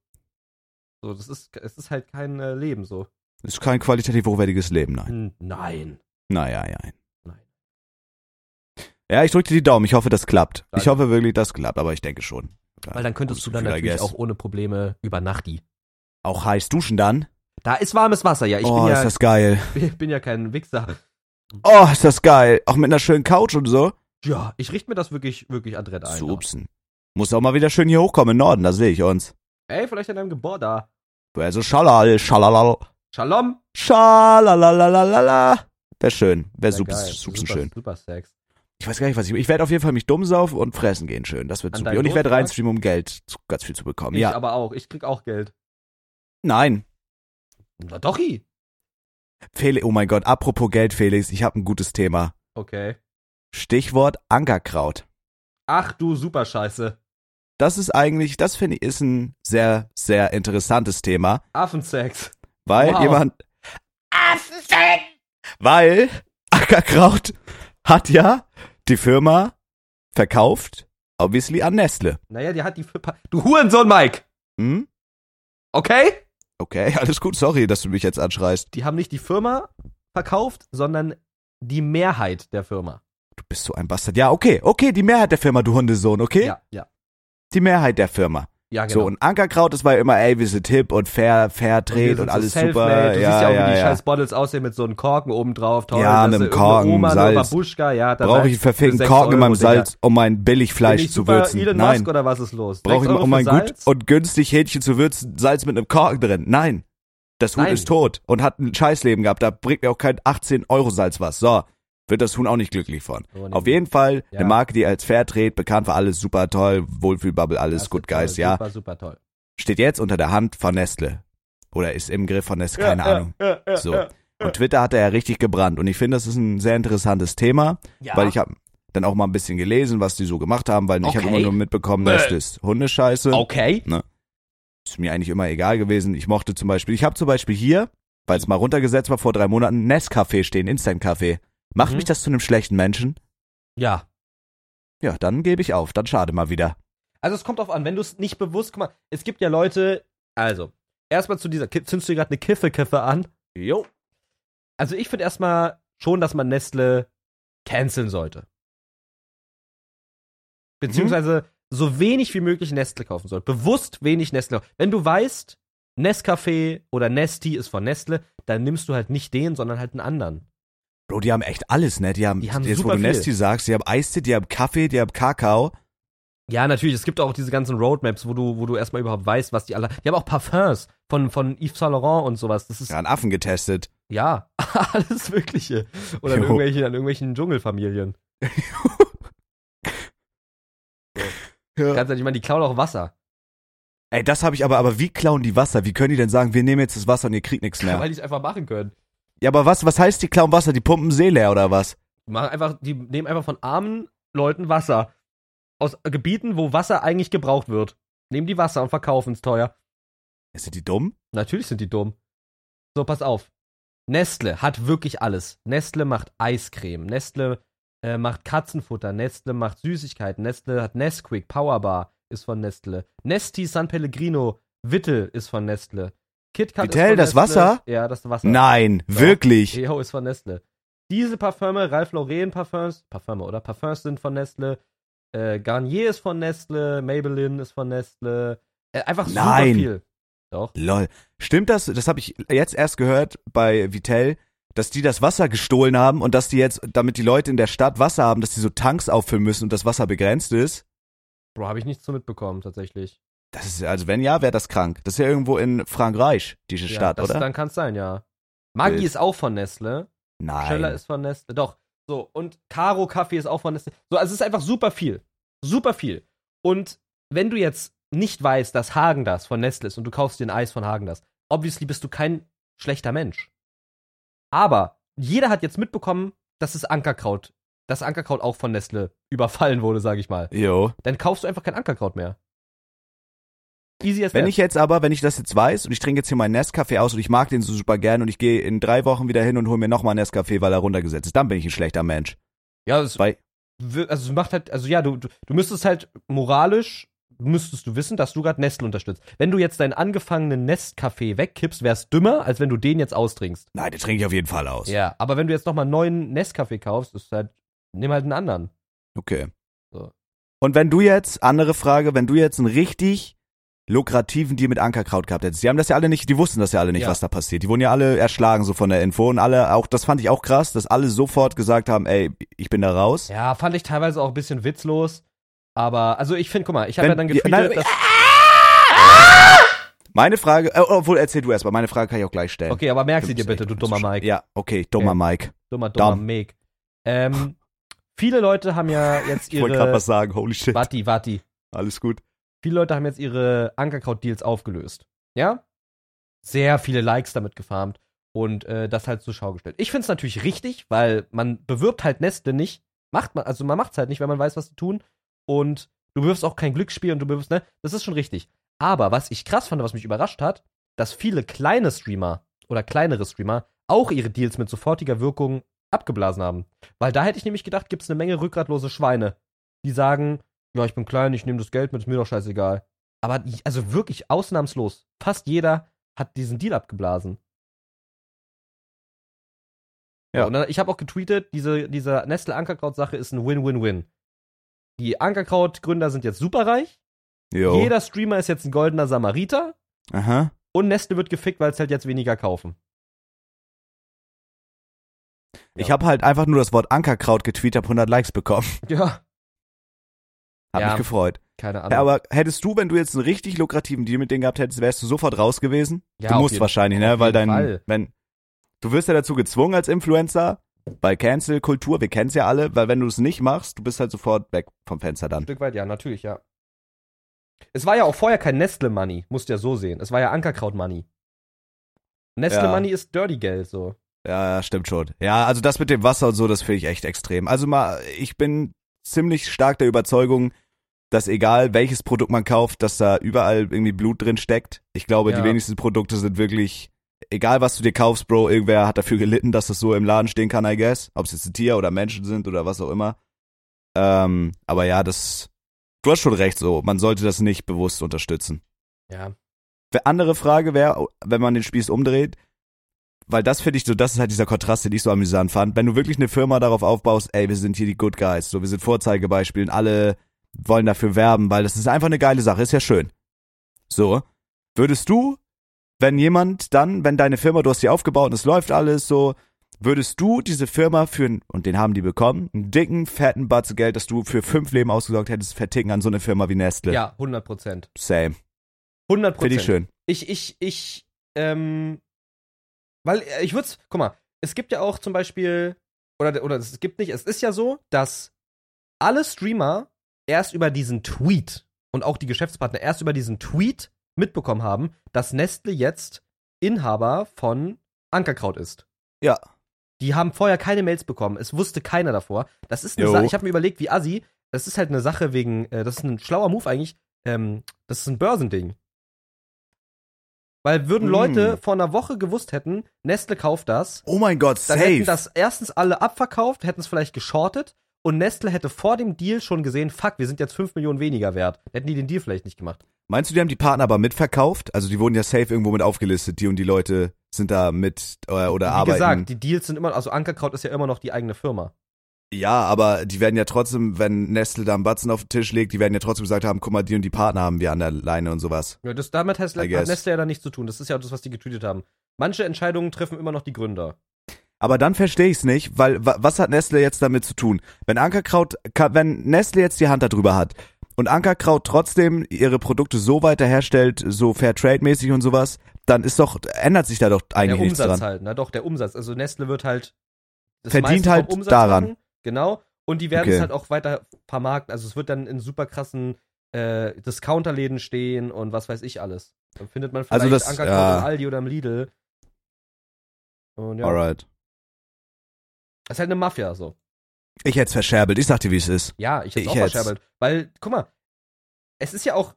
B: So, das ist, es ist halt kein äh, Leben so.
A: Das ist kein qualitativ hochwertiges Leben, nein.
B: Hm, Nein.
A: Naja, nein.
B: Nein.
A: Ja, ich drücke dir die Daumen. Ich hoffe, das klappt. Ich
B: Danke.
A: hoffe wirklich, das klappt, aber ich denke schon.
B: Weil dann könntest du
A: Gutes
B: dann
A: Gefühl, I
B: natürlich
A: guess.
B: auch ohne Probleme über Nachti.
A: Auch heiß duschen dann?
B: Da ist warmes Wasser, ja. Ich
A: oh,
B: bin ja
A: ist das geil.
B: Ich bin ja kein Wichser.
A: Oh, ist das geil. Auch mit einer schönen Couch und so.
B: Ja, ich richte mir das wirklich, wirklich adrett ein.
A: Supsen. Muss auch mal wieder schön hier hochkommen im Norden, da sehe ich uns.
B: Ey, vielleicht an deinem Geburt da.
A: Also schalal, schalalal.
B: Shalom.
A: Schalalalalala. Wär schön. Wär super,
B: geil.
A: super
B: super,
A: schön.
B: Super Sex.
A: Ich weiß gar nicht, was ich. Ich werde auf jeden Fall mich dumm saufen und fressen gehen schön. Das wird
B: An
A: super.
B: deinem
A: Und ich werde
B: Geburtstag?
A: reinstreamen, um Geld zu, ganz viel zu bekommen.
B: Ich
A: ja.
B: aber auch. Ich krieg auch Geld.
A: Nein.
B: Na doch, i.
A: Felix, oh mein Gott, apropos Geld, Felix, ich habe ein gutes Thema.
B: Okay.
A: Stichwort Ankerkraut.
B: Ach du super Scheiße.
A: Das ist eigentlich, das finde ich, ist ein sehr, sehr interessantes Thema,
B: Affensex.
A: weil
B: Wow.
A: jemand. Weil Ankerkraut hat ja die Firma verkauft, obviously an Nestle.
B: Naja, die hat die. Fipa- Du Hurensohn, Mike!
A: Hm?
B: Okay?
A: Okay, alles gut, sorry, dass du mich jetzt anschreist.
B: Die haben nicht die Firma verkauft, sondern die Mehrheit der Firma.
A: Du bist so ein Bastard. Ja, okay, okay, die Mehrheit der Firma, du Hundesohn, okay?
B: Ja, ja.
A: Die Mehrheit der Firma.
B: Ja, genau.
A: So, und Ankerkraut, das war ja immer, ey, wir sind hip und fair, fair
B: wir
A: trade
B: sind
A: und,
B: so
A: alles
B: selfmade.
A: super.
B: Du
A: ja,
B: siehst ja auch, wie
A: ja,
B: die
A: ja.
B: scheiß Bottles aussehen mit so einem Korken oben drauf. Toll,
A: Ja, mit
B: dass
A: einem
B: sie irgendeine
A: Korken,
B: Oma, eine
A: Salz.
B: Babuschka, ja, da
A: Brauche ich einen
B: sagst du,
A: verfickten
B: sechs
A: Korken in meinem
B: Euro, Digga.
A: Salz, um mein
B: Bin
A: Billigfleisch
B: ich
A: zu
B: super
A: würzen?
B: Elon
A: Nein.
B: Musk oder was ist los?
A: Brauche
B: Sechs
A: ich,
B: Euro
A: um mein
B: für
A: gut
B: Salz?
A: und günstig Hähnchen zu würzen, Salz mit einem Korken drin? Nein. Das Huhn
B: Nein.
A: ist tot und hat ein Scheißleben gehabt. Da bringt mir auch kein 18-Euro-Salz was. So, wird das Huhn auch nicht glücklich von.
B: Oh, nee.
A: Auf jeden Fall
B: Ja.
A: eine Marke, die als Fairtrade bekannt war, alles super toll, Wohlfühlbubble,
B: Das
A: alles
B: ist
A: Good
B: toll,
A: Guys, ja.
B: Super, super toll.
A: Steht jetzt unter der Hand von Nestle. Oder ist im Griff von Nestle, keine Ahnung.
C: Ja, ja,
A: So.
C: ja.
A: Und Twitter hat er ja richtig gebrannt. Und ich finde, das ist ein sehr interessantes Thema,
B: Ja.
A: weil ich habe dann auch mal ein bisschen gelesen, was die so gemacht haben, weil ich habe
B: Okay.
A: immer nur mitbekommen,
B: Bäh.
A: das ist Hundescheiße.
B: Okay.
A: Ist mir eigentlich immer egal gewesen. Ich mochte zum Beispiel, ich habe zum Beispiel hier, weil es mal runtergesetzt war vor drei Monaten, Nescafé stehen, Instant-Kaffee. Macht
B: Mhm.
A: mich das zu einem schlechten Menschen?
B: Ja.
A: Ja, dann gebe ich auf. Dann schade mal wieder.
B: Also es kommt drauf an, wenn du es nicht bewusst, guck mal, es gibt ja Leute, also, erstmal zu dieser, Ki- zündest du dir gerade eine Kiffe-Kiffe an?
A: Jo.
B: Also ich finde erstmal schon, dass man Nestle canceln sollte. Beziehungsweise so wenig wie möglich Nestle kaufen soll. Bewusst wenig Nestle. Wenn du weißt, Nescafé oder Nesti ist von Nestle, dann nimmst du halt nicht den, sondern halt einen anderen.
A: Bro, die haben echt alles, ne? Die haben,
B: Die haben
A: jetzt wo
B: super
A: du
B: viel.
A: Nesti sagst, die haben Eistee, die haben Kaffee, die haben Kakao.
B: Ja, natürlich, es gibt auch diese ganzen Roadmaps, wo du, wo du erstmal überhaupt weißt, was die alle. Die haben auch Parfums von, von Yves Saint Laurent und sowas. Das ist
A: Ja, einen Affen getestet.
B: Ja, alles Mögliche. Oder an
A: Jo.
B: irgendwelchen, an irgendwelchen Dschungelfamilien.
A: Ja.
B: Ganz ehrlich, ich meine, die klauen auch Wasser.
A: Ey, das habe ich aber, aber wie klauen die Wasser? Wie können die denn sagen, wir nehmen jetzt das Wasser und ihr kriegt nichts mehr?
B: Weil die es einfach machen können.
A: Ja, aber was, was heißt die klauen Wasser? Die pumpen See leer oder was?
B: Die, machen einfach, die nehmen einfach von armen Leuten Wasser. Aus Gebieten, wo Wasser eigentlich gebraucht wird. Nehmen die Wasser und verkaufen es teuer.
A: Sind die dumm?
B: Natürlich sind die dumm. So, pass auf. Nestle hat wirklich alles. Nestle macht Eiscreme. Nestle äh, macht Katzenfutter. Nestle macht Süßigkeiten. Nestle hat Nesquik. Powerbar ist von Nestle. Nesti San Pellegrino. Vittel ist von Nestle. KitKat ist
A: Vittel,
B: von
A: das
B: Nestle.
A: Wasser?
B: Ja, das Wasser.
A: Nein,
B: Doch.
A: wirklich.
B: EO ist von Nestle. Diese Parfüme, Ralph Lauren Parfums, Parfüme oder Parfums sind von Nestle. Äh, Garnier ist von Nestle. Maybelline ist von Nestle. Äh, einfach super
A: Nein.
B: viel. Doch.
A: Lol. Stimmt das? Das habe ich jetzt erst gehört bei Vitell, dass die das Wasser gestohlen haben und dass die jetzt, damit die Leute in der Stadt Wasser haben, dass die so Tanks auffüllen müssen und das Wasser begrenzt ist.
B: Bro, habe ich nichts so mitbekommen, tatsächlich.
A: Das ist, also wenn ja, wäre das krank. Das ist ja irgendwo in Frankreich, diese
B: Ja,
A: Stadt,
B: das,
A: oder?
B: Dann kann es sein, ja. Maggi
A: Bild.
B: ist auch von Nestle. Scheller
A: Nein.
B: ist von Nestle. Doch. So, und Caro Kaffee ist auch von Nestle. So, also es ist einfach super viel. Super viel. Und wenn du jetzt nicht weißt, dass Hagen das von Nestle ist und du kaufst dir ein Eis von Hagen das, obviously bist du kein schlechter Mensch. Aber jeder hat jetzt mitbekommen, dass es Ankerkraut, dass Ankerkraut auch von Nestle überfallen wurde, sage ich mal.
A: Jo.
B: Dann kaufst du einfach kein Ankerkraut mehr. Easy as
A: Wenn
B: that.
A: ich jetzt aber, wenn ich das jetzt weiß und ich trinke jetzt hier meinen Nescafé aus und ich mag den so super gern und ich gehe in drei Wochen wieder hin und hole mir nochmal Nescafé, weil er runtergesetzt ist, dann bin ich ein schlechter Mensch.
B: ja, es,
A: Weil-
B: wir- also es macht halt, also ja, du, du, du müsstest halt moralisch, müsstest du wissen, dass du gerade Nestle unterstützt. Wenn du jetzt deinen angefangenen Nest-Kaffee wegkippst, wär's dümmer, als wenn du den jetzt austrinkst.
A: Nein, den trinke ich auf jeden Fall aus.
B: Ja, aber wenn du jetzt nochmal einen neuen Nest-Kaffee kaufst, ist halt, nimm halt einen anderen.
A: Okay.
B: So.
A: Und wenn du jetzt, andere Frage, wenn du jetzt einen richtig lukrativen Deal mit Ankerkraut gehabt hättest, die haben das ja alle nicht, die wussten das ja alle nicht,
B: Ja.
A: was da passiert. Die wurden ja alle erschlagen so von der Info und alle, auch das fand ich auch krass, dass alle sofort gesagt haben, ey, ich bin da raus.
B: Ja, fand ich teilweise auch ein bisschen witzlos. Aber, also ich finde, guck mal, ich habe
A: Wenn-
B: ja dann äh, getweetet,
A: ja, nein,
B: dass,
A: Meine Frage, äh, obwohl erzähl du erst mal, meine Frage kann ich auch gleich stellen.
B: Okay, aber merk sie
A: Fünf
B: dir bitte, du
A: Sekunden.
B: dummer Mike.
A: Ja, okay, dummer
B: Okay.
A: Mike.
B: Dummer, dummer
A: Dumb.
B: Meg. Ähm, viele Leute haben ja jetzt
A: Ich wollte gerade
B: ihre.
A: was sagen, holy shit.
B: Watti, Watti.
A: Alles gut.
B: Viele Leute haben jetzt ihre Ankerkraut-Deals aufgelöst. Ja? Sehr viele Likes damit gefarmt und äh, das halt zur Schau gestellt. Ich find's natürlich richtig, weil man bewirbt halt Nestle nicht. Macht man, also man macht's halt nicht, weil man weiß, was sie tun. Und du bewirbst auch kein Glücksspiel und du bewirbst, ne? Das ist schon richtig. Aber was ich krass fand, was mich überrascht hat, dass viele kleine Streamer oder kleinere Streamer auch ihre Deals mit sofortiger Wirkung abgeblasen haben. Weil da hätte ich nämlich gedacht, gibt's eine Menge rückgratlose Schweine, die sagen, ja, ich bin klein, ich nehme das Geld mit, ist mir doch scheißegal. Aber j- also wirklich ausnahmslos, fast jeder hat diesen Deal abgeblasen.
A: Ja.
B: Ja. Und dann, ich habe auch getweetet, diese, diese Nestle Ankerkraut-Sache ist ein Win-Win-Win. Die Ankerkraut-Gründer sind jetzt superreich.
A: Jo.
B: Jeder Streamer ist jetzt ein goldener Samariter.
A: Aha.
B: Und Nestle wird gefickt, weil es halt jetzt weniger kaufen.
A: Ich habe halt einfach nur das Wort Ankerkraut getweetet, hab 100 Likes bekommen.
B: Ja.
A: Hab
B: Ja.
A: mich gefreut.
B: Keine Ahnung.
A: Ja, aber hättest du, wenn du jetzt einen richtig lukrativen Deal mit denen gehabt hättest, wärst du sofort raus gewesen?
B: Ja,
A: du
B: auf
A: musst
B: jeden-
A: wahrscheinlich,
B: auf
A: ne? Weil
B: jeden
A: dein,
B: Fall.
A: wenn, du wirst ja dazu gezwungen als Influencer, bei Cancel-Kultur, wir kennen's ja alle, weil wenn du es nicht machst, du bist halt sofort weg vom Fenster
B: Ein
A: dann.
B: Stück weit, ja, natürlich, ja. Es war ja auch vorher kein Nestle-Money, musst du ja so sehen. Es war ja Ankerkraut-Money.
A: Ja.
B: Nestle-Money ist Dirty-Geld, so.
A: Ja, ja, stimmt schon. Ja, also das mit dem Wasser und so, das finde ich echt extrem. Also mal, ich bin ziemlich stark der Überzeugung, dass egal welches Produkt man kauft, dass da überall irgendwie Blut drin steckt. Ich glaube, die
B: Ja.
A: wenigsten Produkte sind wirklich, egal was du dir kaufst, Bro, irgendwer hat dafür gelitten, dass das so im Laden stehen kann, I guess. Ob es jetzt ein Tier oder Menschen sind oder was auch immer. Ähm, aber ja, das, du hast schon recht so. Man sollte das nicht bewusst unterstützen.
B: Ja.
A: Wer- Andere Frage wäre, wenn man den Spieß umdreht, weil das finde ich so, das ist halt dieser Kontrast, den ich so amüsant fand. Wenn du wirklich eine Firma darauf aufbaust, ey, wir sind hier die Good Guys, so wir sind Vorzeigebeispiele und alle wollen dafür werben, weil das ist einfach eine geile Sache, ist ja schön. So, würdest du, wenn jemand dann, wenn deine Firma, du hast sie aufgebaut und es läuft alles so, würdest du diese Firma für, einen- und den haben die bekommen, einen dicken, fetten Batzen Geld, das du für fünf Leben ausgesorgt hättest, verticken an so eine Firma wie Nestle?
B: Ja, 100 Prozent.
A: Same.
B: 100 Prozent.
A: Finde ich schön.
B: Ich, ich, ich, ähm, weil äh, ich würde guck mal, es gibt ja auch zum Beispiel, oder, oder es gibt nicht, es ist ja so, dass alle Streamer erst über diesen Tweet und auch die Geschäftspartner erst über diesen Tweet mitbekommen haben, dass Nestle jetzt Inhaber von Ankerkraut ist.
A: Ja.
B: Die haben vorher keine Mails bekommen. Es wusste keiner davor. Das ist eine
A: Jo.
B: Sache. Ich habe mir überlegt, wie Assi, das ist halt eine Sache wegen, äh, das ist ein schlauer Move eigentlich. Ähm, das ist ein Börsending. Weil würden
A: Mm.
B: Leute vor einer Woche gewusst hätten, Nestle kauft das,
A: Oh mein Gott,
B: dann
A: safe.
B: hätten das erstens alle abverkauft, hätten es vielleicht geschortet und Nestle hätte vor dem Deal schon gesehen, fuck, wir sind jetzt 5 Millionen weniger wert. Hätten die den Deal vielleicht nicht gemacht.
A: Meinst du, die haben die Partner aber mitverkauft? Also die wurden ja safe irgendwo mit aufgelistet, die und die Leute sind da mit äh, oder
B: Wie
A: arbeiten.
B: gesagt, die Deals sind immer, also Ankerkraut ist ja immer noch die eigene Firma.
A: ja, aber die werden ja trotzdem, wenn Nestle da einen Batzen auf den Tisch legt, die werden ja trotzdem gesagt haben, guck mal, die und die Partner haben wir an der Leine und sowas.
B: Ja, das, damit hat,
A: I
B: hat
A: guess.
B: Nestle ja dann nichts zu tun. Das ist ja auch das, was die getweetet haben. Manche Entscheidungen treffen immer noch die Gründer.
A: Aber dann verstehe ich's nicht, weil wa- was hat Nestle jetzt damit zu tun? Wenn Ankerkraut, ka- wenn Nestle jetzt die Hand darüber hat und Ankerkraut trotzdem ihre Produkte so weiter herstellt, so fair trade mäßig und sowas, dann ist doch, ändert sich da doch
B: Der
A: eigentlich nichts
B: Umsatz
A: dran.
B: halt, na doch, der Umsatz. Also Nestle wird halt das
A: Verdient
B: meiste vom
A: halt daran.
B: machen, genau. Und die werden
A: Okay.
B: es halt auch weiter vermarkten. Also es wird dann in super krassen äh, Discounterläden stehen und was weiß ich alles. Dann findet man vielleicht
A: Also das-
B: Ankerkraut
A: ja.
B: im Aldi oder im Lidl. Und ja,
A: Alright.
B: das ist halt eine Mafia so.
A: Ich hätt's verscherbelt, ich sag dir, wie es ist.
B: Ja, ich hätte
A: Ich
B: auch
A: hätt's.
B: verscherbelt. Weil, guck mal, es ist ja auch.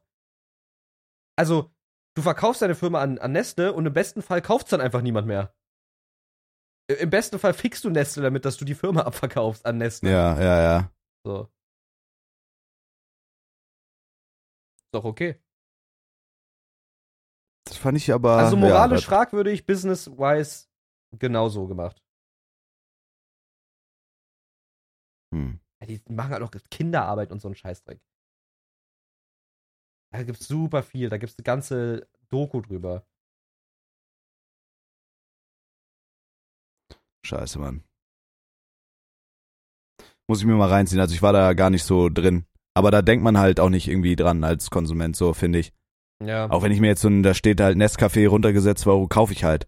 B: Also, du verkaufst deine Firma an, an Nestle und im besten Fall kauft's dann einfach niemand mehr. I- Im besten Fall fickst du Nestle damit, dass du die Firma abverkaufst an Nestle.
A: Ja, ja, ja.
B: So. Ist doch okay.
A: Das fand ich aber.
B: also
A: Ah, ja,
B: moralisch fragwürdig, business-wise genauso gemacht.
A: das- hm.
B: Ja, die machen halt auch Kinderarbeit und so einen Scheißdreck. Da gibt's super viel, da gibt's eine ganze Doku drüber.
A: Scheiße, Mann. Muss ich mir mal reinziehen. Also ich war da gar nicht so drin. Aber da denkt man halt auch nicht irgendwie dran als Konsument, so finde ich.
B: Ja.
A: Auch wenn ich mir jetzt so ein, da steht halt Nescafé runtergesetzt, warum kaufe ich halt?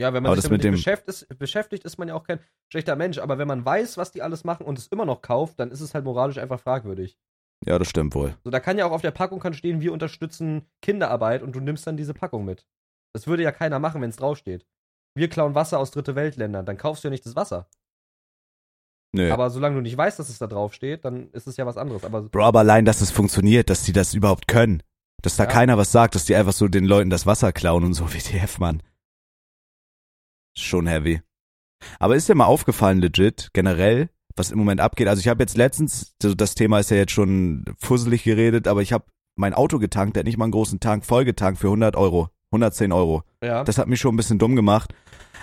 B: Ja, wenn
A: Aber
B: man
A: das
B: sich damit
A: mit
B: nicht beschäftigt, ist, beschäftigt, ist man ja auch kein schlechter Mensch. Aber wenn man weiß, was die alles machen und es immer noch kauft, dann ist es halt moralisch einfach fragwürdig.
A: Ja, das stimmt wohl.
B: So, da kann ja auch auf der Packung kann stehen, wir unterstützen Kinderarbeit und du nimmst dann diese Packung mit. Das würde ja keiner machen, wenn es draufsteht. Wir klauen Wasser aus dritte Weltländern, dann kaufst du ja nicht das Wasser.
A: Nö.
B: Aber solange du nicht weißt, dass es da draufsteht, dann ist es ja was anderes. Aber
A: Bro, aber allein, dass es funktioniert, dass die das überhaupt können. Dass da
B: Ja.
A: keiner was sagt, dass die einfach so den Leuten das Wasser klauen und so, WTF, Mann. Schon heavy. Aber ist dir mal aufgefallen, legit, generell, was im Moment abgeht? Also ich habe jetzt letztens, also das Thema ist ja jetzt schon fusselig geredet, aber ich habe mein Auto getankt, der hat nicht mal einen großen Tank, vollgetankt für 100 Euro, 110 Euro.
B: ja,
A: Das hat mich schon ein bisschen dumm gemacht.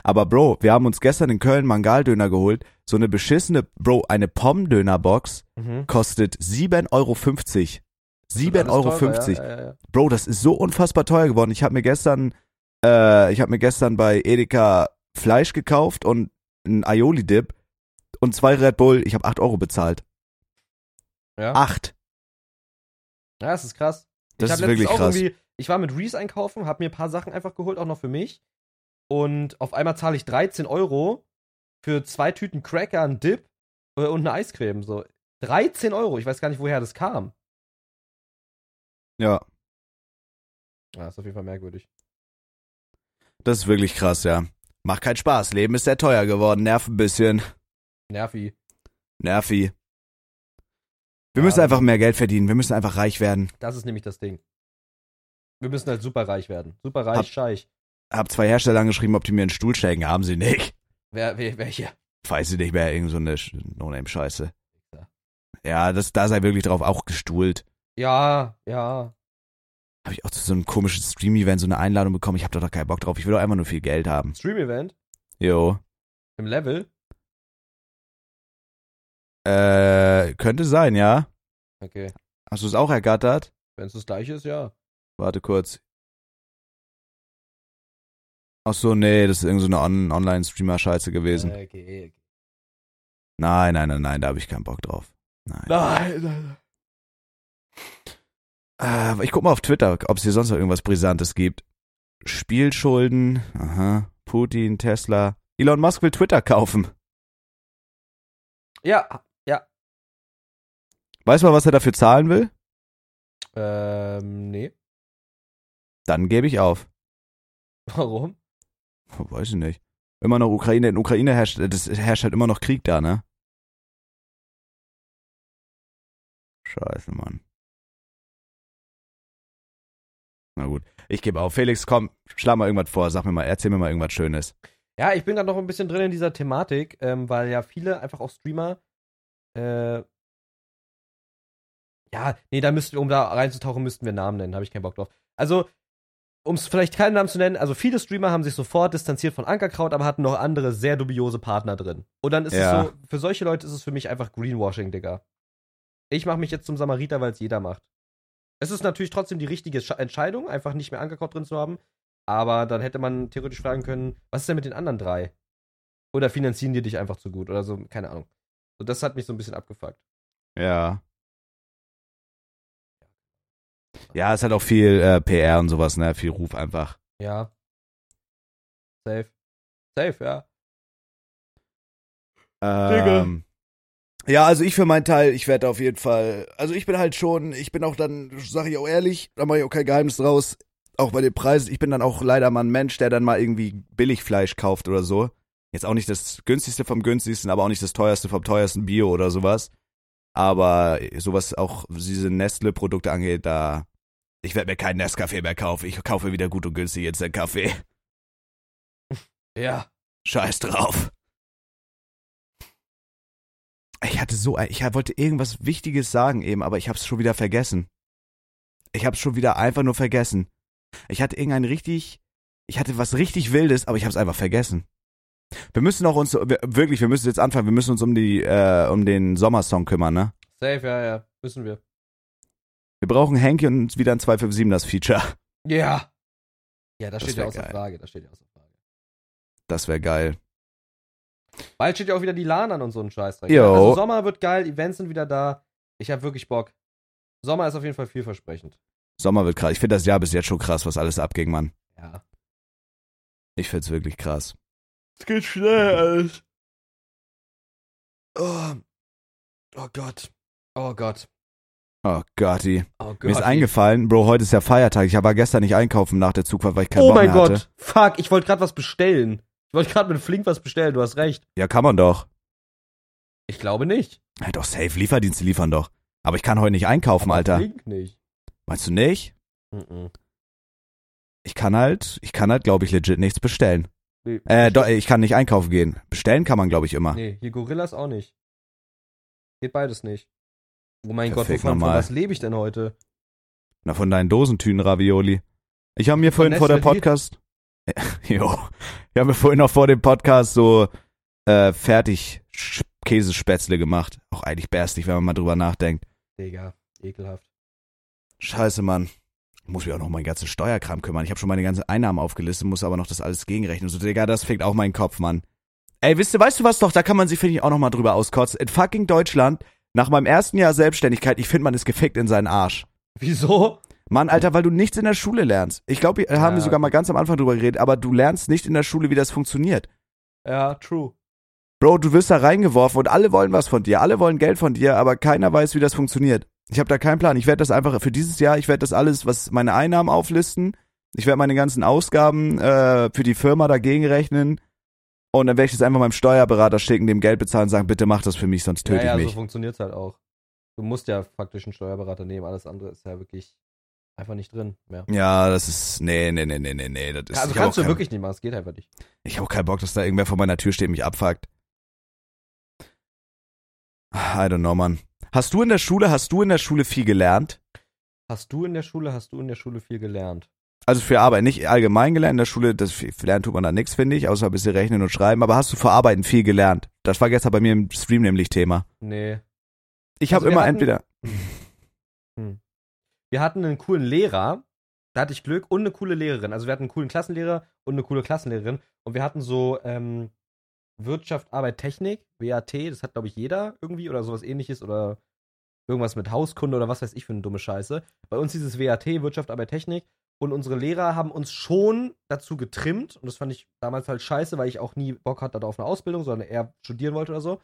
A: Aber Bro, wir haben uns gestern in Köln Mangaldöner geholt. So eine beschissene, Bro, eine Pommdönerbox
B: mhm.
A: kostet 7,50 Euro. 7,50
B: Alles
A: Euro.
B: teurer, Ja, ja, ja.
A: Bro, das ist so unfassbar teuer geworden. Ich habe mir gestern, äh, ich habe mir gestern bei Edeka Fleisch gekauft und einen Aioli-Dip und zwei Red Bull. Ich habe 8 Euro bezahlt.
B: Ja.
A: 8.
B: ja, das ist krass.
A: Das ist
B: ich hab letztens
A: wirklich
B: auch
A: krass.
B: irgendwie- Ich war mit Reese einkaufen, habe mir ein paar Sachen einfach geholt, auch noch für mich. Und auf einmal zahle ich 13 Euro für zwei Tüten Cracker, einen Dip äh, und eine Eiscreme. So 13 Euro. Ich weiß gar nicht, woher das kam.
A: Ja,
B: Ja, ist auf jeden Fall merkwürdig.
A: das ist wirklich krass, ja. Macht keinen Spaß. Leben ist sehr teuer geworden. Nerv ein bisschen.
B: Nervi.
A: Nervi. Wir
B: Ja.
A: müssen einfach mehr Geld verdienen. Wir müssen einfach reich werden.
B: Das ist nämlich das Ding. Wir müssen halt super reich werden. Super reich,
A: Hab-
B: scheich.
A: Hab zwei Hersteller angeschrieben, ob die mir einen Stuhl schenken. Haben sie nicht.
B: Wer, wer, welche?
A: Weiß ich nicht mehr. Irgend so eine Sch- No-Name-Scheiße.
B: Ja.
A: Ja, das, da sei wirklich drauf auch gestuhlt.
B: Ja, ja.
A: Habe ich auch zu so einem komischen Stream-Event so eine Einladung bekommen. Ich habe doch, doch keinen Bock drauf. Ich will doch einfach nur viel Geld haben.
B: Stream-Event
A: Jo.
B: im Level.
A: Äh, könnte sein, ja.
B: Okay.
A: Hast du es auch ergattert?
B: Wenn es das gleiche ist, ja.
A: Warte kurz. Ach so, nee, das ist irgend so eine On Online-Streamer-Scheiße gewesen.
B: Okay, okay.
A: Nein, nein, nein, nein, da habe ich keinen Bock drauf. Nein.
B: Nein, nein, nein.
A: Äh, ich guck mal auf Twitter, ob es hier sonst noch irgendwas Brisantes gibt. Spielschulden, aha, Putin, Tesla. Elon Musk will Twitter kaufen.
B: Ja,
A: Weiß mal, was er dafür zahlen will?
B: ähm, nee.
A: Dann gebe ich auf.
B: Warum?
A: Oh, Weiß ich nicht. Immer noch Ukraine, in Ukraine herrscht, das herrscht halt immer noch Krieg da, ne? Scheiße, Mann. Na gut, ich gebe auf. Felix, komm, schlag mal irgendwas vor, sag mir mal, erzähl mir mal irgendwas Schönes.
B: Ja, ich bin gerade noch ein bisschen drin in dieser Thematik, ähm, weil ja viele einfach auch Streamer, äh, ja, nee, da müssten, um da reinzutauchen, müssten wir Namen nennen, habe ich keinen Bock drauf. Also, um es vielleicht keinen Namen zu nennen, also viele Streamer haben sich sofort distanziert von Ankerkraut, aber hatten noch andere sehr dubiose Partner drin. Und dann ist
A: Ja.
B: es so, für solche Leute ist es für mich einfach Greenwashing, Digga. Ich mache mich jetzt zum Samariter, weil es jeder macht. Es ist natürlich trotzdem die richtige Sche- Entscheidung, einfach nicht mehr Ankerkraut drin zu haben. Aber dann hätte man theoretisch fragen können, was ist denn mit den anderen drei? Oder finanzieren die dich einfach zu gut oder so, keine Ahnung. So, das hat mich so ein bisschen abgefuckt.
A: Ja. Ja, ist halt auch viel äh, PR und sowas, ne? Viel Ruf einfach.
B: Ja. Safe. Safe, ja.
A: Ähm, ja, also ich für meinen Teil, ich werde auf jeden Fall, also ich bin halt schon, ich bin auch dann, sage ich auch ehrlich, da mache ich auch kein Geheimnis draus, auch bei den Preisen, ich bin dann auch leider mal ein Mensch, der dann mal irgendwie Billigfleisch kauft oder so. Jetzt auch nicht das günstigste vom günstigsten, aber auch nicht das teuerste vom teuersten Bio oder sowas. Aber sowas auch diese Nestle-Produkte angeht, da, ich werde mir keinen Nescafé mehr kaufen. Ich kaufe wieder gut und günstig jetzt einen Kaffee.
B: Ja.
A: Scheiß drauf. Ich hatte so, ein- ich wollte irgendwas Wichtiges sagen eben, aber ich hab's schon wieder vergessen. Ich hab's schon wieder einfach nur vergessen. Ich hatte irgendein richtig, ich hatte was richtig Wildes, aber ich hab's einfach vergessen. Wir müssen auch uns, wir- wirklich, wir müssen jetzt anfangen, wir müssen uns um die, äh, um den Sommersong kümmern, ne?
B: Safe, ja, ja. Müssen wir.
A: Wir brauchen Henke und wieder ein 257 das Feature.
B: Ja. Ja,
A: Das
B: das, steht ja
A: wär
B: außer
A: geil.
B: Frage. Das steht ja außer Frage.
A: Das wäre geil.
B: Bald steht ja auch wieder die LAN an und so ein Scheiß dran.
A: Jo.
B: Also Sommer wird geil, Events sind wieder da. Ich habe wirklich Bock. Sommer ist auf jeden Fall vielversprechend.
A: Sommer wird krass. Ich finde das Jahr bis jetzt schon krass, was alles abging, Mann.
B: Ja.
A: Ich find's wirklich krass.
B: Es geht schnell alles. Oh. oh Gott. Oh Gott.
A: Oh Gotti.
B: Oh Gott.
A: Mir ist eingefallen, Bro, heute ist ja Feiertag. Ich war gestern nicht einkaufen nach der Zugfahrt, weil ich keinen
B: oh
A: Bock
B: mein
A: mehr hatte.
B: Gott. Fuck, ich wollte gerade was bestellen. Ich wollte gerade mit Flink was bestellen, du hast recht.
A: Ja, kann man doch.
B: Ich glaube nicht.
A: Ja, doch, safe. Lieferdienste liefern doch. Aber ich kann heute nicht einkaufen,
B: Aber
A: Alter.
B: Flink nicht.
A: Meinst du nicht?
B: Mhm.
A: Ich kann halt, ich kann halt, glaube ich, legit nichts bestellen.
B: Nee.
A: Äh, doch, ich kann nicht einkaufen gehen. Bestellen kann man, glaube ich, immer.
B: Nee, hier Gorillas auch nicht. Geht beides nicht. Oh mein
A: Perfekt,
B: Gott, wovon, von
A: normal.
B: was lebe ich denn heute?
A: Na, von deinen Dosentüten, Ravioli. Ich habe mir vorhin vor der
B: Nestle, die-
A: Podcast. jo. Ich habe mir vorhin noch vor dem Podcast so äh, fertig Sch- Käsespätzle gemacht. Auch eigentlich bärstig, wenn man mal drüber nachdenkt.
B: Digga, ekelhaft.
A: Scheiße, Mann. Ich muss mich auch noch um meinen ganzen Steuerkram kümmern. Ich habe schon meine ganzen Einnahmen aufgelistet, muss aber noch das alles gegenrechnen. So, Digga, das fickt auch meinen Kopf, Mann. Ey, wisst ihr, weißt du was doch? Da kann man sich, finde ich, auch noch mal drüber auskotzen. In fucking Deutschland, nach meinem ersten Jahr Selbstständigkeit, ich finde, man ist gefickt in seinen Arsch.
B: Wieso?
A: Mann, Alter, weil du nichts in der Schule lernst. Ich glaube, wir äh, haben
B: Ja,
A: wir sogar
B: gut.
A: mal ganz am Anfang drüber geredet, aber du lernst nicht in der Schule, wie das funktioniert.
B: Ja, true.
A: Bro, du wirst da reingeworfen und alle wollen was von dir, alle wollen Geld von dir, aber keiner weiß, wie das funktioniert. Ich habe da keinen Plan. Ich werde das einfach für dieses Jahr, ich werde das alles, was meine Einnahmen auflisten, ich werde meine ganzen Ausgaben äh, für die Firma dagegen rechnen und dann werde ich das einfach meinem Steuerberater schicken, dem Geld bezahlen und sagen, bitte mach das für mich, sonst töte
B: ja, ja,
A: ich
B: so
A: mich.
B: funktioniert's halt auch. Du musst ja faktisch einen Steuerberater nehmen, alles andere ist ja wirklich einfach nicht drin. Mehr.
A: ja, das ist nee, nee, nee, nee, nee, nee, das ist
B: also
A: ich hab
B: kannst
A: auch
B: du
A: keinen-
B: wirklich nicht machen, es geht einfach nicht.
A: Ich habe keinen Bock, dass da irgendwer vor meiner Tür steht und mich abfuckt. I don't know, Mann. Hast du in der Schule, hast du in der Schule viel gelernt?
B: Hast du in der Schule, hast du in der Schule viel gelernt?
A: Also für Arbeit, nicht allgemein gelernt in der Schule, das für Lernen tut man da nichts, finde ich, außer ein bisschen rechnen und schreiben, aber hast du für Arbeiten viel gelernt? Das war gestern bei mir im Stream nämlich Thema.
B: Nee.
A: Ich habe
B: Also wir
A: immer
B: hatten-
A: entweder
B: Wir hatten einen coolen Lehrer, da hatte ich Glück, und eine coole Lehrerin. Also wir hatten einen coolen Klassenlehrer und eine coole Klassenlehrerin. Und wir hatten so ähm, Wirtschaft, Arbeit, Technik, WAT, das hat, glaube ich, jeder irgendwie oder sowas ähnliches oder irgendwas mit Hauskunde oder was weiß ich für eine dumme Scheiße. Bei uns dieses WAT, Wirtschaft, Arbeit, Technik. Und unsere Lehrer haben uns schon dazu getrimmt, und das fand ich damals halt scheiße, weil ich auch nie Bock hatte auf eine Ausbildung, sondern eher studieren wollte oder so.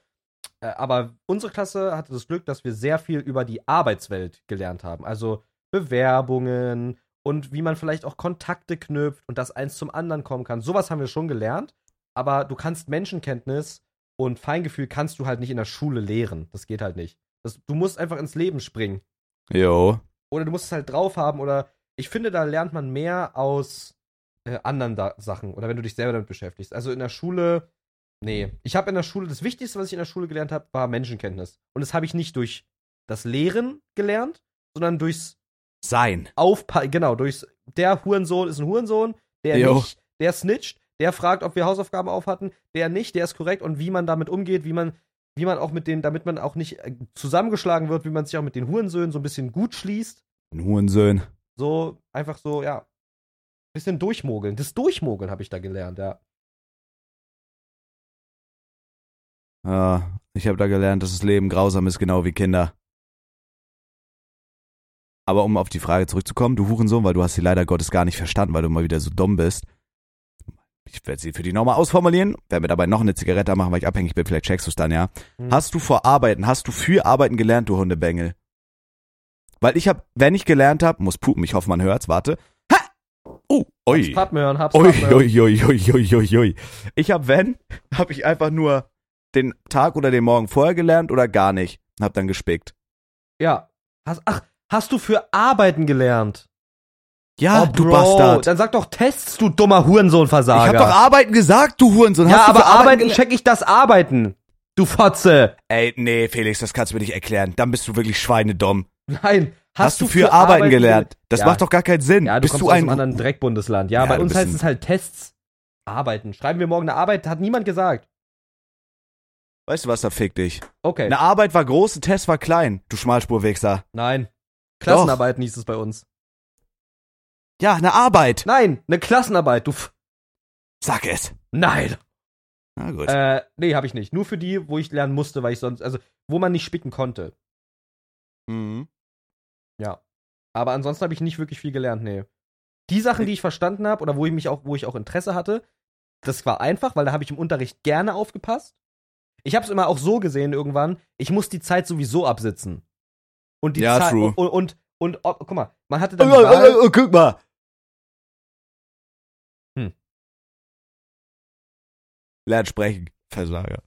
B: Äh, aber unsere Klasse hatte das Glück, dass wir sehr viel über die Arbeitswelt gelernt haben. Also Bewerbungen und wie man vielleicht auch Kontakte knüpft und dass eins zum anderen kommen kann. Sowas haben wir schon gelernt, aber du kannst Menschenkenntnis und Feingefühl kannst du halt nicht in der Schule lehren. Das geht halt nicht. Das, du musst einfach ins Leben springen.
A: Jo.
B: Oder du musst es halt drauf haben oder ich finde, da lernt man mehr aus äh, anderen da Sachen oder wenn du dich selber damit beschäftigst. Also in der Schule, nee. Ich habe in der Schule, das Wichtigste, was ich in der Schule gelernt habe, war Menschenkenntnis. Und das habe ich nicht durch das Lehren gelernt, sondern durchs
A: sein.
B: aufpassen, genau, durchs, der Hurensohn ist ein Hurensohn, der
A: Jo.
B: nicht, der snitcht, der fragt, ob wir Hausaufgaben auf hatten, der nicht, der ist korrekt und wie man damit umgeht, wie man, wie man auch mit den, damit man auch nicht äh, zusammengeschlagen wird, wie man sich auch mit den Hurensöhnen so ein bisschen gut schließt,
A: Ein Hurensohn.
B: so einfach so, ja, bisschen durchmogeln. Das Durchmogeln habe ich da gelernt, ja.
A: Ja, Ah, ich habe da gelernt, dass das Leben grausam ist, genau wie Kinder. Aber um auf die Frage zurückzukommen, du Hurensohn, weil du hast sie leider Gottes gar nicht verstanden, weil du mal wieder so dumm bist. ich werde sie für dich nochmal ausformulieren, werde mir dabei noch eine Zigarette machen, weil ich abhängig bin, vielleicht checkst du es dann, ja.
B: Hm.
A: Hast du vor Arbeiten, hast du für Arbeiten gelernt, du Hundebengel? Weil ich habe, wenn ich gelernt habe, muss pupen, ich hoffe, man hört's, warte. Ha! Oh, ui.
B: Partner hören, hab's
A: Ui,
B: Partner.
A: ui, ui, ui, ui, ui, ui. Ich habe, wenn, habe ich einfach nur den Tag oder den Morgen vorher gelernt oder gar nicht. Und hab dann gespickt.
B: Ja. Hast, ach, hast du für Arbeiten gelernt?
A: Ja,
B: oh,
A: du
B: Bro,
A: Bastard.
B: Dann sag doch Tests, du dummer Hurensohnversager.
A: Ich hab doch Arbeiten gesagt, du Hurensohn.
B: Ja,
A: Hast du für
B: aber Arbeiten,
A: gelernt?
B: check ich das Arbeiten. Du Fotze.
A: Ey, nee, Felix, das kannst du mir nicht erklären. Dann bist du wirklich schweinedumm.
B: Nein.
A: Hast, du für, Arbeiten gelernt? Das
B: Ja.
A: macht doch gar keinen Sinn.
B: Ja, du
A: bist
B: kommst
A: du
B: aus
A: ein
B: einem anderen Dreckbundesland. Ja,
A: Ja,
B: bei
A: du
B: uns
A: bist
B: heißt
A: ein-
B: es halt Tests. Arbeiten. Schreiben wir morgen eine Arbeit, hat niemand gesagt.
A: Weißt du was, da fick dich.
B: Okay.
A: Eine Arbeit war groß, ein Test war klein, du Schmalspurwichser.
B: Nein. Klassenarbeiten hieß es bei uns.
A: Ja, eine Arbeit.
B: Nein, eine Klassenarbeit, du F
A: Sag es.
B: Nein.
A: Na gut.
B: Äh, nee, habe ich nicht. Nur für die, wo ich lernen musste, weil ich sonst, also wo man nicht spicken konnte.
A: Mhm.
B: Aber ansonsten habe ich nicht wirklich viel gelernt, nee. Die Sachen, die ich verstanden habe oder wo ich mich auch, wo ich auch Interesse hatte, das war einfach, weil da habe ich im Unterricht gerne aufgepasst. Ich habe es immer auch so gesehen irgendwann, ich muss die Zeit sowieso absitzen. Und die
A: Ja,
B: Zeit
A: true.
B: und und, und oh, guck mal, man hatte
A: Oh,
B: dann die
A: oh, oh,
B: Wahl,
A: oh, guck mal.
B: Hm.
A: Lern sprechen. Versager.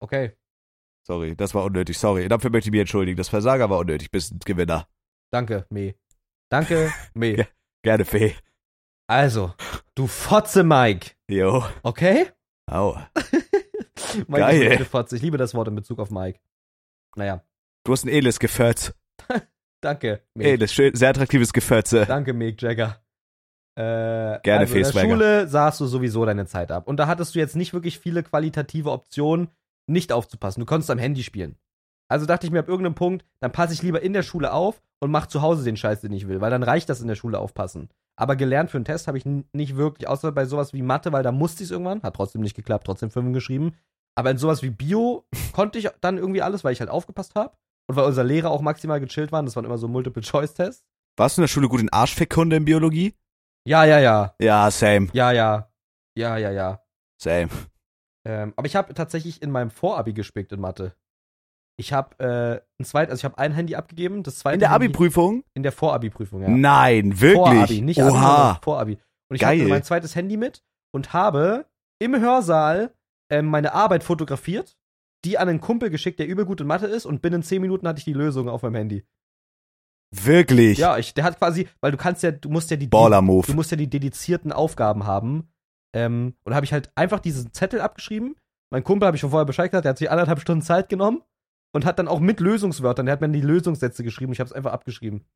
B: okay,
A: Sorry, das war unnötig. Sorry. Dafür möchte ich mich entschuldigen. Das Versager war unnötig. Bist ein Gewinner.
B: danke, Meh. Danke, Meh.
A: Ja. Gerne, Fee.
B: Also, du Fotze Mike,
A: Jo.
B: okay?
A: Au.
B: Mike
A: Geil.
B: ist eine Fotze. Ich liebe das Wort in Bezug auf Mike. Naja,
A: Du hast ein edles Gefürz.
B: danke, Meh.
A: Edles, schön, sehr attraktives Gefürze.
B: Danke, Mick Jagger. Äh,
A: Gerne,
B: also in der
A: Fiesberger.
B: Schule saßt du sowieso deine Zeit ab. Und da hattest du jetzt nicht wirklich viele qualitative Optionen, nicht aufzupassen. Du konntest am Handy spielen. Also dachte ich mir ab irgendeinem Punkt, dann passe ich lieber in der Schule auf und mach zu Hause den Scheiß, den ich will, weil dann reicht das in der Schule aufpassen. Aber gelernt für einen Test habe ich n- nicht wirklich, außer bei sowas wie Mathe, weil da musste ich es irgendwann, hat trotzdem nicht geklappt, trotzdem Fünfen geschrieben. Aber in sowas wie Bio konnte ich dann irgendwie alles, weil ich halt aufgepasst habe und weil unser Lehrer auch maximal gechillt waren. Das waren immer so Multiple-Choice-Tests.
A: Warst du in der Schule gut in Arschfickkunde in Biologie?
B: Ja, ja, ja.
A: Ja, same.
B: Ja, ja. Ja, ja, ja.
A: Same.
B: Ähm, aber ich habe tatsächlich in meinem Vorabi gespickt in Mathe. Ich habe äh, ein zweites, also ich habe ein Handy abgegeben, das zweite
A: In der
B: Handy-
A: Abi-Prüfung?
B: in der Vorabi-Prüfung, ja.
A: Nein, wirklich.
B: Vorabi, nicht Abi,
A: Oha.
B: sondern Vorabi. Und ich
A: Geil.
B: hatte mein zweites Handy mit und habe im Hörsaal ähm, meine Arbeit fotografiert, die an einen Kumpel geschickt, der übel gut in Mathe ist und binnen 10 Minuten hatte ich die Lösung auf meinem Handy.
A: Wirklich.
B: Ja, ich, der hat quasi, weil du kannst ja, du musst ja die du
A: Baller-Move.
B: musst ja die dedizierten Aufgaben haben. Ähm, und habe ich halt einfach diesen Zettel abgeschrieben. Mein Kumpel habe ich schon vorher Bescheid gesagt, der hat sich anderthalb Stunden Zeit genommen und hat dann auch mit Lösungswörtern, der hat mir dann die Lösungssätze geschrieben, ich habe es einfach abgeschrieben.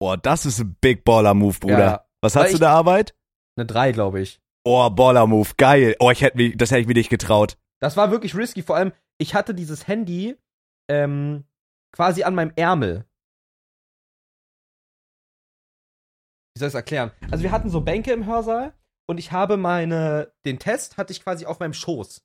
A: Boah, das ist ein Big Baller-Move, Bruder.
B: Ja,
A: Was
B: Weil
A: hast du
B: ich-
A: in der Arbeit?
B: eine 3, glaube ich.
A: Oh, Baller-Move. Geil. Oh, ich hätte mich, das hätte ich mir nicht getraut.
B: Das war wirklich risky, vor allem, ich hatte dieses Handy ähm, quasi an meinem Ärmel. Wie soll ich es erklären? Also wir hatten so Bänke im Hörsaal und ich habe meine, den Test hatte ich quasi auf meinem Schoß.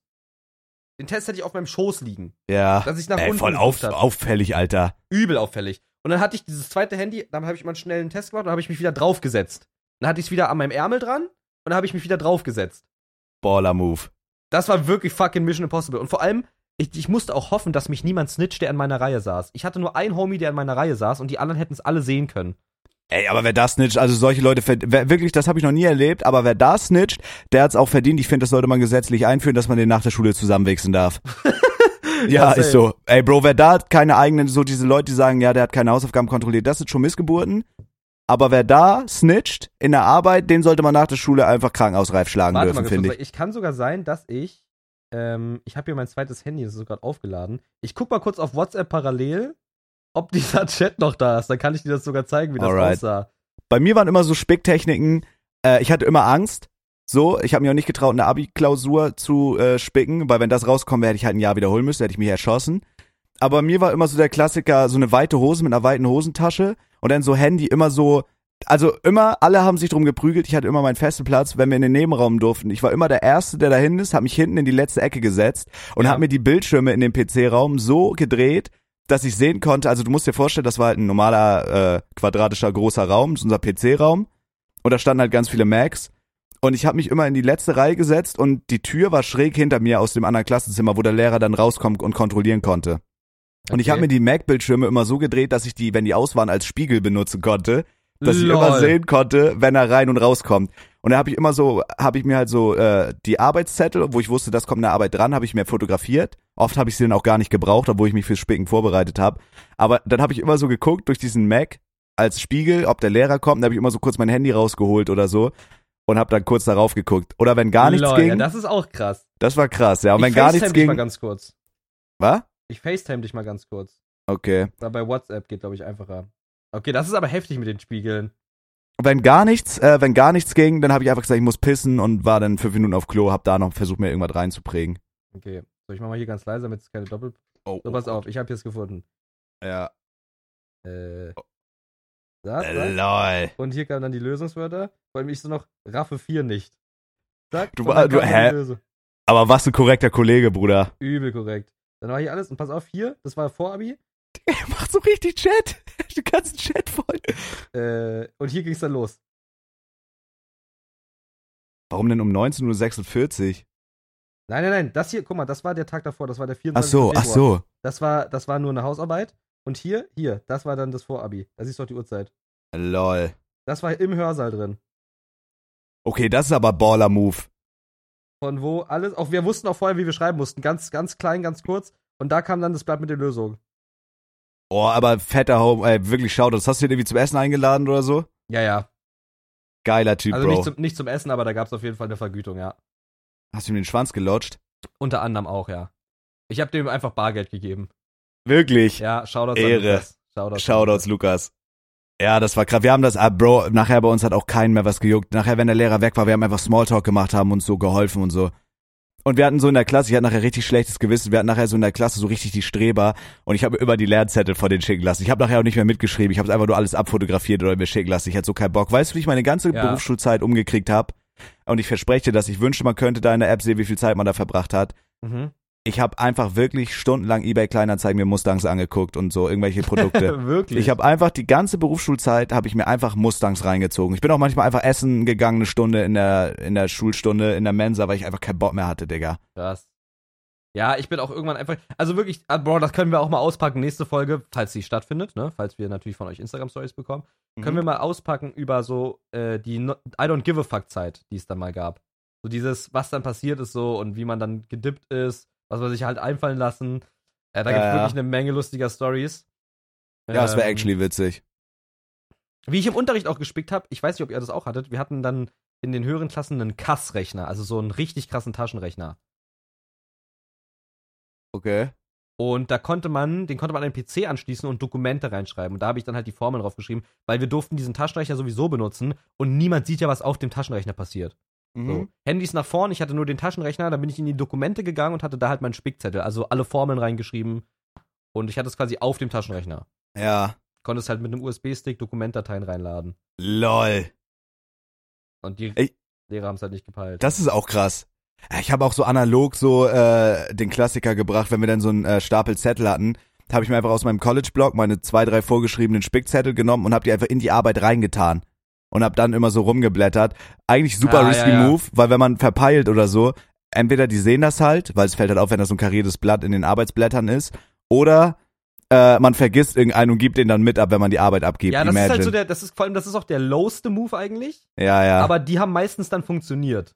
B: Den Test hatte ich auf meinem Schoß liegen.
A: Ja.
B: dass ich nach
A: Ey,
B: unten
A: voll auf,
B: geguckt hab.
A: auffällig, Alter.
B: Übel auffällig. Und dann hatte ich dieses zweite Handy, dann habe ich mal einen schnellen Test gemacht und habe ich mich wieder draufgesetzt. Dann hatte ich es wieder an meinem Ärmel dran und dann habe ich mich wieder draufgesetzt.
A: Baller-Move.
B: Das war wirklich fucking Mission Impossible. Und vor allem, ich, ich musste auch hoffen, dass mich niemand snitcht, der in meiner Reihe saß. Ich hatte nur einen Homie, der in meiner Reihe saß und die anderen hätten es alle sehen können.
A: Ey, aber wer da snitcht, also solche Leute, ver- wer, wirklich, das habe ich noch nie erlebt, aber wer da snitcht, der hat's auch verdient. Ich finde, das sollte man gesetzlich einführen, dass man den nach der Schule zusammenwichsen darf. ja,
B: Ja,
A: ist so. Ey, Bro, wer da hat keine eigenen, so diese Leute, die sagen, ja, der hat keine Hausaufgaben kontrolliert, das sind schon Missgeburten. Aber wer da snitcht in der Arbeit, den sollte man nach der Schule einfach krankenhausreif schlagen
B: Warte mal,
A: dürfen,
B: ganz
A: finde
B: kurz,
A: ich.
B: ich kann sogar sein, dass ich, ähm, ich habe hier mein zweites Handy, das ist sogar aufgeladen. Ich guck mal kurz auf WhatsApp parallel, ob dieser Chat noch da ist. Dann kann ich dir das sogar zeigen, wie das
A: Alright.
B: aussah.
A: Bei mir waren immer so Spicktechniken, äh, ich hatte immer Angst. So, ich habe mir auch nicht getraut, eine Abi-Klausur zu äh, spicken, weil wenn das rauskommen wäre, hätte ich halt ein Jahr wiederholen müssen, hätte ich mich erschossen. Aber mir war immer so der Klassiker, so eine weite Hose mit einer weiten Hosentasche und dann so Handy immer so, also immer, alle haben sich drum geprügelt, ich hatte immer meinen festen Platz, wenn wir in den Nebenraum durften. Ich war immer der Erste, der da hin ist, habe mich hinten in die letzte Ecke gesetzt und
B: Ja.
A: hab habe mir die Bildschirme in dem PC-Raum so gedreht, dass ich sehen konnte, also du musst dir vorstellen, das war halt ein normaler, äh, quadratischer, großer Raum, das ist unser PC-Raum und da standen halt ganz viele Macs Und ich habe mich immer in die letzte Reihe gesetzt und die Tür war schräg hinter mir aus dem anderen Klassenzimmer, wo der Lehrer dann rauskommt und kontrollieren konnte. Und ich habe mir die Mac-Bildschirme immer so gedreht, dass ich die, wenn die aus waren, als Spiegel benutzen konnte, dass ich immer sehen konnte, wenn er rein und rauskommt. Und da habe ich immer so, habe ich mir halt so äh, die Arbeitszettel, wo ich wusste, das kommt eine Arbeit dran, habe ich mir fotografiert. Oft habe ich sie dann auch gar nicht gebraucht, obwohl ich mich fürs Spicken vorbereitet habe. Aber dann habe ich immer so geguckt durch diesen Mac als Spiegel, ob der Lehrer kommt. Da habe ich immer so kurz mein Handy rausgeholt oder so und habe dann kurz darauf geguckt. Oder wenn gar nichts
B: Lol,
A: ging,
B: Ja,
A: das,
B: das ist auch krass.
A: war krass, ja. Und wenn
B: ich
A: gar
B: facetime
A: nichts
B: dich mal
A: ging,
B: ganz kurz.
A: was?
B: Ich facetime dich mal ganz kurz.
A: Okay.
B: Da bei WhatsApp geht, glaube ich, einfacher. Okay, das ist aber heftig mit den Spiegeln.
A: wenn gar nichts, äh, wenn gar nichts ging, dann habe ich einfach gesagt, ich muss pissen und war dann fünf Minuten auf Klo, hab da noch versucht, mir irgendwas reinzuprägen.
B: Okay. So, ich mach mal hier ganz leise, damit es keine Doppel.
A: Oh,
B: So, pass auf, ich habe jetzt gefunden.
A: Ja.
B: Äh.
A: Oh.
B: Da, da.
A: Lol.
B: Und hier kamen dann die Lösungswörter. Vor allem ich so noch Raffe 4 nicht. Zack,
A: Du
B: und
A: war-
B: dann
A: du-
B: kam dann die
A: hä?
B: Lösung.
A: Aber was ein korrekter Kollege, Bruder.
B: Übel korrekt. Dann war hier alles. Und pass auf, hier, das war vor Abi.
A: Er macht so richtig Chat. Den ganzen Chat voll.
B: Äh, und hier ging's dann los.
A: Warum denn um 19.46 Uhr?
B: Nein, nein, nein, das hier, guck mal, das war der Tag davor, das war der 24.
A: Ach so,
B: Februar.
A: ach so.
B: Das war, das war nur eine Hausarbeit. Und hier, hier, das war dann das Vorabi. Da siehst du doch die Uhrzeit.
A: Lol.
B: Das war im Hörsaal drin.
A: Okay, das ist aber Baller-Move.
B: Von wo alles, auch wir wussten auch vorher, wie wir schreiben mussten. Ganz, ganz klein, ganz kurz. Und da kam dann das Blatt mit den Lösungen.
A: Oh, aber fetter Home, ey, wirklich Shoutouts. Hast du ihn irgendwie zum Essen eingeladen oder so?
B: Ja, ja.
A: Geiler Typ,
B: Also
A: Bro.
B: nicht zum, nicht zum Essen, aber da gab's auf jeden Fall eine Vergütung, ja.
A: Hast du ihm den Schwanz gelotscht?
B: Unter anderem auch, ja. Ich habe dem einfach Bargeld gegeben.
A: Wirklich?
B: Ja, Shoutouts
A: Ehre.
B: Lukas. Shoutouts.
A: Shoutouts, Lukas. Ja, das war krass. Wir haben das, ah, Bro, nachher bei uns hat auch keinen mehr was gejuckt. Nachher, wenn der Lehrer weg war, wir haben einfach Smalltalk gemacht, haben uns so geholfen und so. Und wir hatten so in der Klasse, ich hatte nachher richtig schlechtes Gewissen, wir hatten nachher so in der Klasse so richtig die Streber und ich habe mir über die Lernzettel von denen schicken lassen. Ich habe nachher auch nicht mehr mitgeschrieben, ich habe einfach nur alles abfotografiert oder mir schicken lassen. Ich hatte so keinen Bock. Weißt du, wie ich meine ganze
B: Ja.
A: Berufsschulzeit umgekriegt habe? Und ich verspreche dir das, ich wünschte, man könnte da in der App sehen, wie viel Zeit man da verbracht hat
B: Mhm.
A: ich habe einfach wirklich stundenlang eBay Kleinanzeigen mir Mustangs angeguckt und so irgendwelche Produkte.
B: Wirklich.
A: ich habe einfach die ganze Berufsschulzeit habe ich mir einfach Mustangs reingezogen. Ich bin auch manchmal einfach essen gegangen eine Stunde in der in der Schulstunde in der Mensa, weil ich einfach keinen Bock mehr hatte, Digga.
B: Krass. Ja, ich bin auch irgendwann einfach. Also wirklich, ah, Bro, das können wir auch mal auspacken. Nächste Folge, falls sie stattfindet, ne? Falls wir natürlich von euch Instagram-Stories bekommen,
A: Mhm.
B: können wir mal auspacken über so äh, die no I don't give a fuck-Zeit, die es dann mal gab. So dieses, was dann passiert ist so und wie man dann gedippt ist, was man sich halt einfallen lassen. Äh, da
A: Ja,
B: gibt's
A: ja.
B: wirklich eine Menge lustiger Stories.
A: ja, das wäre
B: Ähm,
A: actually witzig.
B: Wie ich im Unterricht auch gespickt habe, ich weiß nicht, ob ihr das auch hattet, wir hatten dann in den höheren Klassen einen Kassrechner, also so einen richtig krassen Taschenrechner.
A: Okay.
B: Und da konnte man, den konnte man an den PC anschließen und Dokumente reinschreiben. Und da habe ich dann halt die Formeln draufgeschrieben, weil wir durften diesen Taschenrechner sowieso benutzen und niemand sieht ja, was auf dem Taschenrechner passiert.
A: Mhm.
B: So. Handys nach vorn, ich hatte nur den Taschenrechner, dann bin ich in die Dokumente gegangen und hatte da halt meinen Spickzettel, also alle Formeln reingeschrieben. Und ich hatte es quasi auf dem Taschenrechner.
A: Ja.
B: Konnte es halt mit einem USB-Stick Dokumentdateien reinladen.
A: Lol.
B: Und die
A: Ey.
B: Lehrer haben es halt nicht gepeilt.
A: Das ist auch krass. Äh, Ich habe auch so analog so äh, den Klassiker gebracht, wenn wir dann so einen äh, Stapel Zettel hatten, habe ich mir einfach aus meinem College-Blog meine zwei, drei vorgeschriebenen Spickzettel genommen und habe die einfach in die Arbeit reingetan. Und habe dann immer so rumgeblättert. Eigentlich super
B: Ah,
A: risky
B: ja, ja.
A: Move, weil wenn man verpeilt oder so, entweder die sehen das halt, weil es fällt halt auf, wenn das so ein kariertes Blatt in den Arbeitsblättern ist, oder äh, man vergisst irgendeinen und gibt den dann mit ab, wenn man die Arbeit abgibt.
B: ja, das
A: Imagine. Ah.
B: ist halt so der, das ist vor allem, das ist auch der lowste Move eigentlich.
A: ja, ja.
B: Aber die haben meistens dann funktioniert.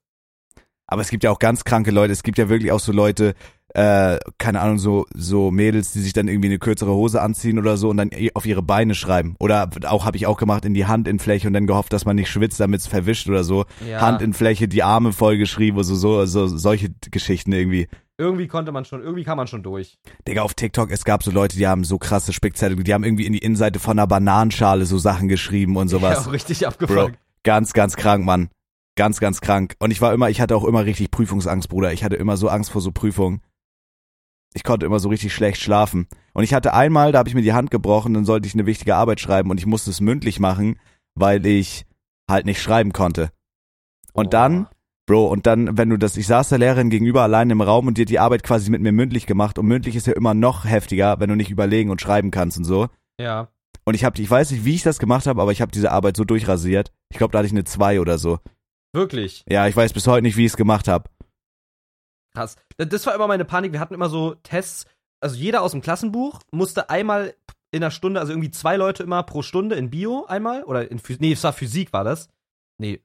A: Aber es gibt ja auch ganz kranke Leute. Es gibt ja wirklich auch so Leute, äh, keine Ahnung, so, so Mädels, die sich dann irgendwie eine kürzere Hose anziehen oder so und dann i- auf ihre Beine schreiben. Oder auch habe ich auch gemacht, in die Hand in Fläche und dann gehofft, dass man nicht schwitzt, damit es verwischt oder so.
B: Ja.
A: Hand in Fläche, die Arme voll geschrieben, so, so, so, solche Geschichten irgendwie.
B: irgendwie konnte man schon, irgendwie kam man schon durch.
A: Digga, auf TikTok, es gab so Leute, die haben so krasse Spickzettel, die haben irgendwie in die Innenseite von einer Bananenschale so Sachen geschrieben und sowas.
B: Ja, auch richtig
A: Bro,
B: abgefuckt.
A: ganz, ganz krank, Mann. Ganz, ganz krank. Und ich war immer, ich hatte auch immer richtig Prüfungsangst, Bruder. Ich hatte immer so Angst vor so Prüfungen. Ich konnte immer so richtig schlecht schlafen. Und ich hatte einmal, da habe ich mir die Hand gebrochen, dann sollte ich eine wichtige Arbeit schreiben und ich musste es mündlich machen, weil ich halt nicht schreiben konnte. Und
B: Oh.
A: dann, Bro, und dann, wenn du das, ich saß der Lehrerin gegenüber allein im Raum und die hat die Arbeit quasi mit mir mündlich gemacht und mündlich ist ja immer noch heftiger, wenn du nicht überlegen und schreiben kannst und so.
B: Oh. Ja.
A: Und ich habe, ich weiß nicht, wie ich das gemacht habe, aber ich habe diese Arbeit so durchrasiert. Ich glaube, da hatte ich eine 2 oder so.
B: Wirklich.
A: Ja, ich weiß bis heute nicht, wie ich es gemacht habe.
B: Krass. Das war immer meine Panik. Wir hatten immer so Tests. Also jeder aus dem Klassenbuch musste einmal in einer Stunde, also irgendwie zwei Leute immer pro Stunde in Bio einmal oder in Physik. Nee, es war Physik, war das. Nee.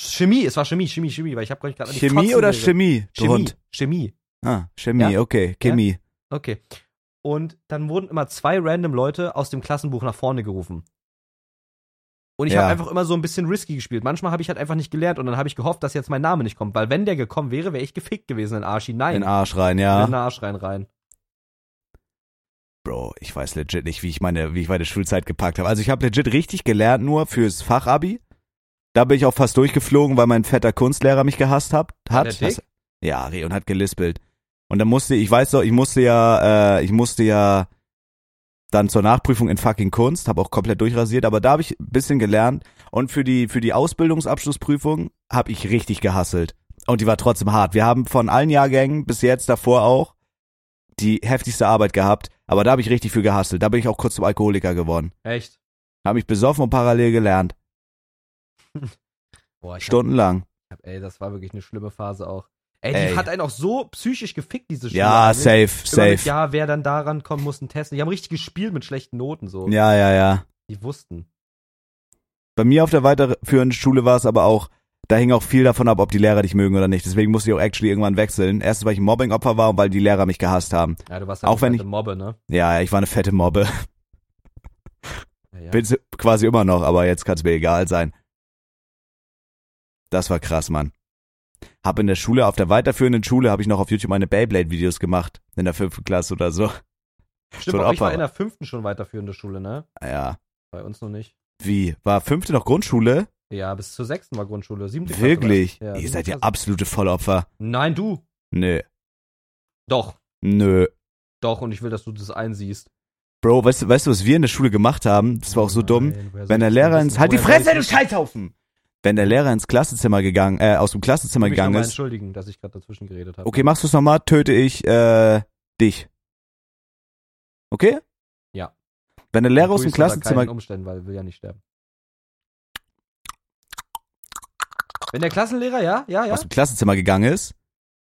B: Chemie, es war Chemie, Chemie, Chemie, weil ich habe gerade an die
A: Chemie
B: Kotzen
A: oder
B: geredet.
A: Chemie?
B: Chemie?
A: Grund.
B: Chemie.
A: Ah, Chemie,
B: Ja?
A: okay. Chemie.
B: Okay. Und dann wurden immer zwei random Leute aus dem Klassenbuch nach vorne gerufen. Und ich
A: Ja.
B: habe einfach immer so ein bisschen risky gespielt. Manchmal habe ich halt einfach nicht gelernt und dann habe ich gehofft, dass jetzt mein Name nicht kommt, weil wenn der gekommen wäre, wäre ich gefickt gewesen in Arschi. Nein,
A: In den Arsch rein,
B: in
A: ja.
B: den Arsch rein rein.
A: Bro, ich weiß legit nicht, wie ich meine, wie ich meine Schulzeit gepackt habe. Also ich habe legit richtig gelernt nur fürs Fachabi. Da bin ich auch fast durchgeflogen, weil mein fetter Kunstlehrer mich gehasst hat. hat.
B: der dick?
A: Was- ja, re- und hat gelispelt. Und dann musste, ich weiß doch, ich musste ja, äh, ich musste ja dann zur Nachprüfung in fucking Kunst, habe auch komplett durchrasiert, aber da habe ich ein bisschen gelernt. Und für die, für die Ausbildungsabschlussprüfung habe ich richtig gehasselt. Und die war trotzdem hart. Wir haben von allen Jahrgängen bis jetzt davor auch die heftigste Arbeit gehabt, aber da habe ich richtig viel gehasselt. Da bin ich auch kurz zum Alkoholiker geworden.
B: Echt?
A: Habe mich besoffen und parallel gelernt.
B: Boah, ich
A: Stundenlang.
B: Hab, ey, das war wirklich eine schlimme Phase auch. Ey, die
A: Ey.
B: hat einen auch so psychisch gefickt, diese Schule.
A: Ja,
B: eigentlich.
A: safe,
B: Immer Mit,
A: safe.
B: ja, wer dann daran kommen, muss einen testen. Die haben richtig gespielt mit schlechten Noten so.
A: Ja, ja, ja.
B: Die wussten.
A: Bei mir auf der weiterführenden Schule war es aber auch, da hing auch viel davon ab, ob die Lehrer dich mögen oder nicht. Deswegen musste ich auch actually irgendwann wechseln. Erstens, weil ich ein Mobbing-Opfer war und weil die Lehrer mich gehasst haben.
B: Ja, du warst
A: Auch wenn
B: eine fette Mobbe, ne?
A: Ja, ich war eine fette Mobbe.
B: Ja, ja.
A: Bin sie quasi immer noch, aber jetzt kann's mir egal sein. Das war krass, Mann. Hab in der Schule, auf der weiterführenden Schule, habe ich noch auf YouTube meine Beyblade-Videos gemacht. In der fünften Klasse oder so.
B: Stimmt,
A: so ein
B: aber ich war
A: Opfer.
B: in der fünften schon weiterführende Schule, ne?
A: Ja.
B: Bei uns noch nicht.
A: Wie? War fünfte noch Grundschule?
B: Ja, bis zur sechsten war Grundschule. Siebte Klasse
A: Wirklich?
B: war- Ja,
A: Ihr
B: siebte
A: seid ja
B: Klasse.
A: absolute Vollopfer.
B: Nein, du.
A: Nö.
B: Doch.
A: Nö.
B: Doch, und ich will, dass du das einsiehst.
A: Bro, weißt, du- weißt du, was wir in der Schule gemacht haben? Das war auch so dumm.
B: Also
A: Wenn der Lehrer ins halt die Fresse, du Scheißhaufen! Wenn der Lehrer ins Klassenzimmer gegangen, äh, aus dem Klassenzimmer
B: mal
A: gegangen ist,
B: entschuldigen, dass ich gerade dazwischen geredet habe.
A: okay, machst du es nochmal, töte ich äh, dich. Okay?
B: Ja.
A: Wenn der Lehrer aus dem
B: Grüße unter
A: Klassenzimmer,
B: keinen um. Umständen, weil er will ja nicht sterben. Wenn der Klassenlehrer, ja, ja, ja.
A: aus dem Klassenzimmer gegangen ist,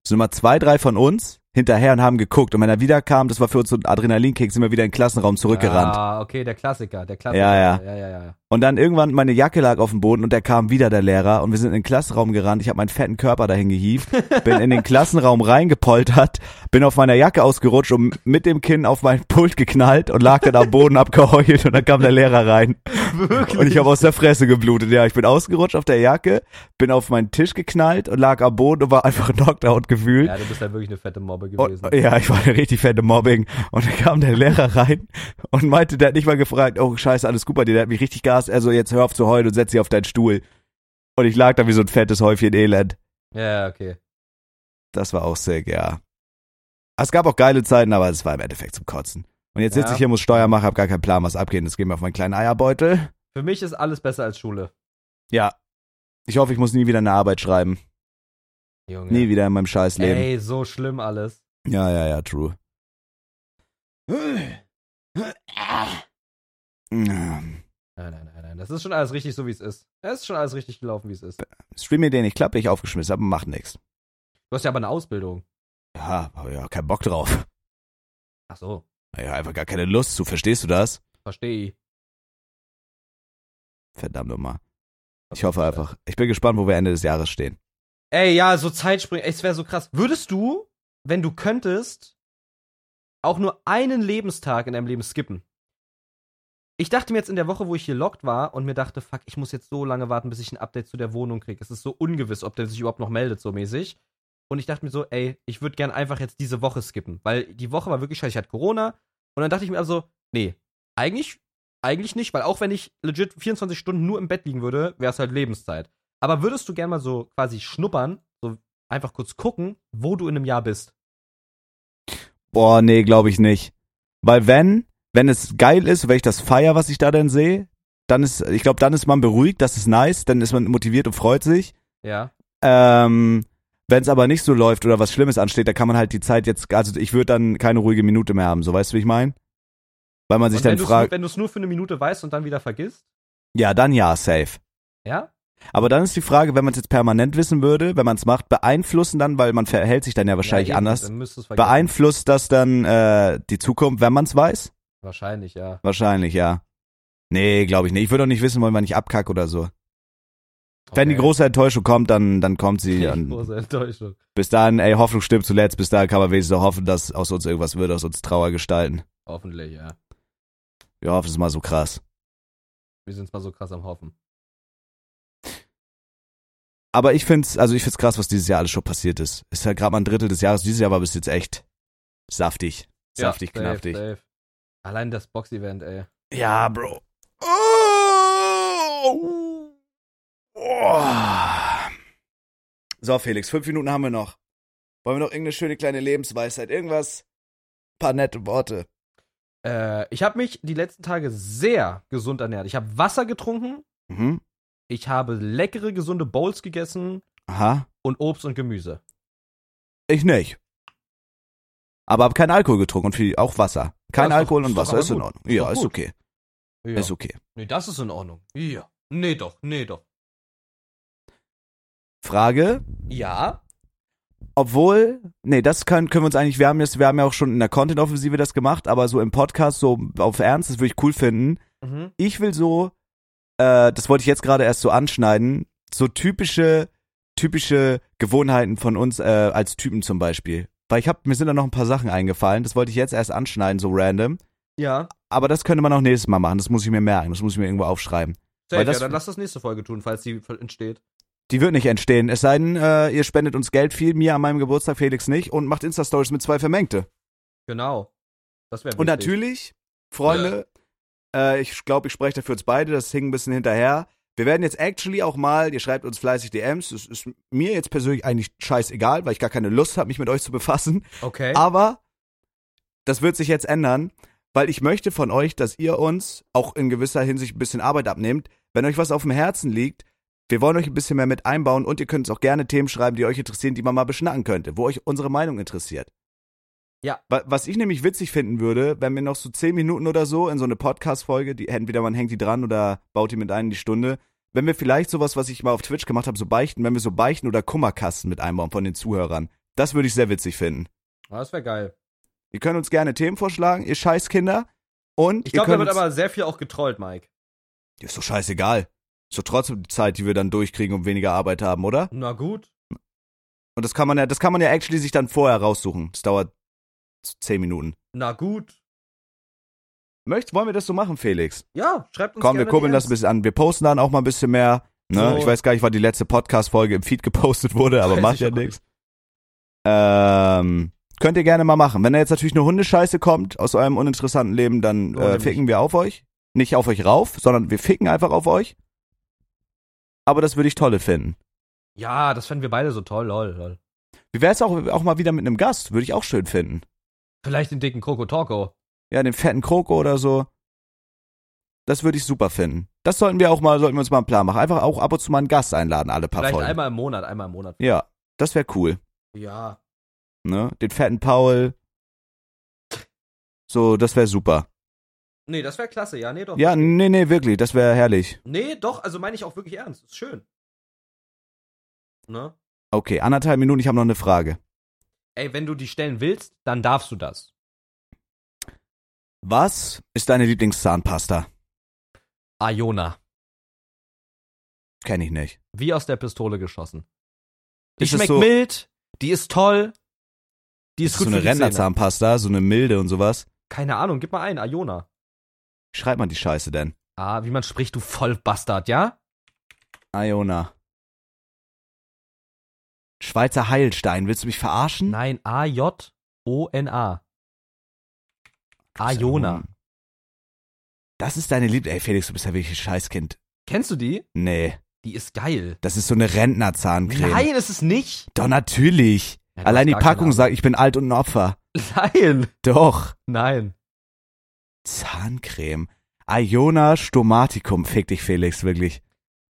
A: sind immer zwei, drei von uns hinterher und haben geguckt. Und wenn er wiederkam, das war für uns so ein Adrenalinkick, sind wir wieder in den Klassenraum zurückgerannt.
B: Ah, okay, der Klassiker, der Klassiker.
A: Ja, ja.
B: ja, ja, ja.
A: Und dann irgendwann, meine Jacke lag auf dem Boden und da kam wieder der Lehrer und wir sind in den Klassenraum gerannt. Ich habe meinen fetten Körper dahin gehievt, bin in den Klassenraum reingepoltert, bin auf meiner Jacke ausgerutscht und mit dem Kinn auf mein Pult geknallt und lag dann am Boden abgeheult und dann kam der Lehrer rein. Und ich habe aus der Fresse geblutet. Ja, ich bin ausgerutscht auf der Jacke, bin auf meinen Tisch geknallt und lag am Boden und war einfach knocked out gefühlt.
B: Ja, du bist halt wirklich eine fette Mobbe gewesen.
A: Und, Oh, ja, ich war eine richtig fette Mobbing. Und dann kam der Lehrer rein und meinte, der hat nicht mal gefragt, oh scheiße, alles gut bei dir, der hat mich richtig gehasst. Also jetzt hör auf zu heulen und setz dich auf deinen Stuhl. Und ich lag da wie so ein fettes Häufchen Elend.
B: Ja, ja, okay.
A: Das war auch sick, ja. Es gab auch geile Zeiten, aber es war im Endeffekt zum Kotzen. Und jetzt sitze
B: Ja.
A: ich hier, muss Steuer machen, hab gar keinen Plan, was abgeht. Jetzt gehen wir auf meinen kleinen Eierbeutel.
B: Für mich ist alles besser als Schule.
A: Ja. Ich hoffe, ich muss nie wieder eine Arbeit schreiben.
B: Junge.
A: Nie wieder in meinem scheiß Leben.
B: Ey, so schlimm alles.
A: Ja, ja, ja, true.
B: Hm. Nein, nein, nein, nein. Das ist schon alles richtig so, wie es ist. Es ist schon alles richtig gelaufen, wie es ist.
A: Stream mir den, ich klappe dich aufgeschmissen, aber macht nix.
B: Du hast ja aber eine Ausbildung.
A: Ja, hab ja keinen Bock drauf.
B: Ach so,
A: Ja, einfach gar keine Lust zu, verstehst du das?
B: verstehe ich.
A: Verdammt nochmal. Ich hoffe einfach. Ich bin gespannt, wo wir Ende des Jahres stehen.
B: Ey, ja, so Zeitspringen, es wäre so krass. Würdest du, wenn du könntest, auch nur einen Lebenstag in deinem Leben skippen? Ich dachte mir jetzt in der Woche, wo ich hier locked war und mir dachte, fuck, ich muss jetzt so lange warten, bis ich ein Update zu der Wohnung kriege. Es ist so ungewiss, ob der sich überhaupt noch meldet, so mäßig. Und ich dachte mir so, ey, ich würde gern einfach jetzt diese Woche skippen, weil die Woche war wirklich scheiße, ich hatte Corona. Und dann dachte ich mir also, nee, eigentlich, eigentlich nicht, weil auch wenn ich legit 24 Stunden nur im Bett liegen würde, wäre es halt Lebenszeit. Aber würdest du gerne mal so quasi schnuppern, so einfach kurz gucken, wo du in einem Jahr bist?
A: Boah, nee, glaube ich nicht. Weil wenn, wenn es geil ist, wenn ich das feier, was ich da denn sehe, dann ist, ich glaube, dann ist man beruhigt, das ist nice, dann ist man motiviert und freut sich.
B: Ja.
A: Ähm, wenn es aber nicht so läuft oder was Schlimmes ansteht, da kann man halt die Zeit jetzt, also ich würde dann keine ruhige Minute mehr haben, so weißt du, wie ich meine? Weil man sich
B: Und
A: dann
B: wenn du's-
A: fragt,
B: Wenn du es nur für eine Minute weißt und dann wieder vergisst?
A: ja, dann ja, safe.
B: Ja?
A: Aber dann ist die Frage, wenn man es jetzt permanent wissen würde, wenn man es macht, beeinflussen dann, weil man verhält sich dann ja wahrscheinlich
B: Ja, eben,
A: anders.
B: Dann müsstest du es vergessen.
A: Beeinflusst das dann äh, die Zukunft, wenn man es weiß?
B: Wahrscheinlich, ja.
A: Wahrscheinlich, ja. Nee, glaube ich nicht. Ich würde auch nicht wissen wollen, wann ich abkacke oder so. Wenn die
B: Okay.
A: große Enttäuschung kommt, dann, dann kommt sie.
B: Die
A: Und
B: große Enttäuschung.
A: bis dahin, ey, Hoffnung stirbt zuletzt. Bis dahin kann man wenigstens noch hoffen, dass aus uns irgendwas wird, aus uns Trauer gestalten.
B: Hoffentlich, ja.
A: Wir hoffen es mal so krass.
B: Wir sind zwar so krass am Hoffen.
A: Aber ich find's, also ich find's krass, was dieses Jahr alles schon passiert ist. Ist ja gerade mal ein Drittel des Jahres. Dieses Jahr war bis jetzt echt saftig. Saftig,
B: safe,
A: knaftig.
B: Safe. Allein das Box-Event, ey.
A: Ja, Bro. Oh. Oh. So, Felix, fünf Minuten haben wir noch. Wollen wir noch irgendeine schöne kleine Lebensweisheit? Irgendwas? paar nette Worte.
B: Äh, ich habe mich die letzten Tage sehr gesund ernährt. Ich habe Wasser getrunken,
A: Mhm.
B: ich habe leckere, gesunde Bowls gegessen
A: Aha.
B: und Obst und Gemüse.
A: Ich nicht. Aber hab keinen Alkohol getrunken und viel, auch Wasser. Kein
B: Ja, ist doch-
A: Alkohol und
B: ist doch
A: Wasser
B: aber
A: Also, ist in
B: gut.
A: Ordnung.
B: Ist
A: Ja,
B: doch
A: ist
B: gut.
A: okay.
B: Ja.
A: Ist okay.
B: Nee, das ist in Ordnung. Ja. Nee, doch, nee, doch.
A: Frage,
B: Ja.
A: obwohl, nee, das können, können wir uns eigentlich, wir haben jetzt, wir haben ja auch schon in der Content-Offensive das gemacht, aber so im Podcast, so auf Ernst, das würde ich cool finden.
B: Mhm.
A: ich will so, äh, das wollte ich jetzt gerade erst so anschneiden, so typische, typische Gewohnheiten von uns äh, als Typen zum Beispiel. Weil ich hab, mir sind da noch ein paar Sachen eingefallen, das wollte ich jetzt erst anschneiden, so random.
B: Ja.
A: Aber das könnte man auch nächstes Mal machen, das muss ich mir merken, das muss ich mir irgendwo aufschreiben. Weil
B: Safe,
A: das-
B: ja, dann lass das nächste Folge tun, falls die entsteht.
A: Die wird nicht entstehen, es sei denn, äh, ihr spendet uns Geld viel, mir an meinem Geburtstag, Felix nicht, und macht Insta-Stories mit zwei Vermengte.
B: Genau. Das wäre
A: Und natürlich, Freunde, äh, ich glaube, ich spreche dafür uns beide, das hing ein bisschen hinterher. Wir werden jetzt actually auch mal, ihr schreibt uns fleißig DMs, das ist mir jetzt persönlich eigentlich scheißegal, weil ich gar keine Lust habe, mich mit euch zu befassen.
B: Okay.
A: Aber das wird sich jetzt ändern, weil ich möchte von euch, dass ihr uns auch in gewisser Hinsicht ein bisschen Arbeit abnehmt. Wenn euch was auf dem Herzen liegt, wir wollen euch ein bisschen mehr mit einbauen und ihr könnt uns auch gerne Themen schreiben, die euch interessieren, die man mal beschnacken könnte, wo euch unsere Meinung interessiert.
B: Ja.
A: Wa- Was ich nämlich witzig finden würde, wenn wir noch so zehn Minuten oder so in so eine Podcast-Folge, die entweder man hängt die dran oder baut die mit ein in die Stunde, wenn wir vielleicht sowas, was ich mal auf Twitch gemacht habe, so beichten, wenn wir so beichten oder Kummerkasten mit einbauen von den Zuhörern. Das würde ich sehr witzig finden.
B: Ja, das wäre geil.
A: Ihr könnt uns gerne Themen vorschlagen, ihr Scheißkinder. Und
B: Ich
A: ihr
B: glaube, da
A: könnt
B: wird
A: uns,
B: aber sehr viel auch getrollt, Mike.
A: ist doch scheißegal. Ist doch trotzdem die Zeit, die wir dann durchkriegen und weniger Arbeit haben, oder?
B: Na gut.
A: Und das kann man ja, das kann man ja actually sich dann vorher raussuchen. Das dauert z- zehn Minuten.
B: Na gut.
A: Möcht, wollen wir das so machen, Felix?
B: Ja, schreibt uns
A: Komm, wir
B: gerne
A: kurbeln das ein
B: DMs.
A: bisschen an. Wir posten dann auch mal ein bisschen mehr. Ne?
B: So.
A: Ich weiß gar nicht, wann die letzte Podcast-Folge im Feed gepostet wurde, aber
B: Weiß
A: macht
B: ich
A: ja
B: auch nicht.
A: nichts. Ähm, könnt ihr gerne mal machen. Wenn da jetzt natürlich eine Hundescheiße kommt aus eurem uninteressanten Leben, dann
B: Ohne
A: äh,
B: mich.
A: ficken wir auf euch. Nicht auf euch rauf, sondern wir ficken einfach auf euch. Aber das würde ich tolle finden.
B: Ja, das fänden wir beide so toll, lol, lol.
A: Wie wär's auch, auch mal wieder mit einem Gast? Würde ich auch schön finden.
B: Vielleicht den dicken Coco Torco.
A: Ja, den fetten Kroko oder so. Das würde ich super finden. Das sollten wir auch mal, sollten wir uns mal einen Plan machen. Einfach auch ab und zu mal einen Gast einladen, alle paar
B: Vielleicht
A: Folgen.
B: einmal im Monat, einmal im Monat.
A: Ja, das wäre cool.
B: Ja.
A: Ne? Den fetten Paul. So, das wäre super.
B: Nee, das wäre klasse, ja, nee, doch.
A: Ja, nee, nee, wirklich, das wäre herrlich.
B: Nee, doch, also meine ich auch wirklich ernst. Ist schön. Ne?
A: Okay, anderthalb Minuten, ich habe noch eine Frage.
B: Ey, wenn du die stellen willst, dann darfst du das.
A: Was ist deine Lieblingszahnpasta?
B: Iona.
A: Kenn ich nicht.
B: Wie aus der Pistole geschossen. Die
A: Ist es
B: schmeckt
A: so-
B: mild, die ist toll, die ist,
A: Ist
B: gut
A: so eine
B: für die Zähne.
A: Ränderzahnpasta, so eine milde und sowas.
B: Keine Ahnung, gib mal ein, Iona.
A: Wie schreibt man die Scheiße denn?
B: Ah, wie man spricht, du Vollbastard, ja?
A: Iona. Schweizer Heilstein, willst du mich verarschen?
B: Nein, A-J-O-N-A. Iona.
A: Das ist deine Lieblings... Ey, Felix, du bist ja wirklich ein Scheißkind.
B: Kennst du die?
A: Nee,
B: Die ist geil.
A: das ist so eine Rentnerzahncreme.
B: Nein, ist es nicht.
A: Doch, natürlich.
B: Ja, du
A: Allein
B: hast
A: die
B: gar keine
A: Packung sagt, ich bin alt und ein Opfer.
B: Ahnung. Nein.
A: Doch.
B: Nein.
A: Zahncreme. Iona Stomaticum. Fick dich, Felix, wirklich.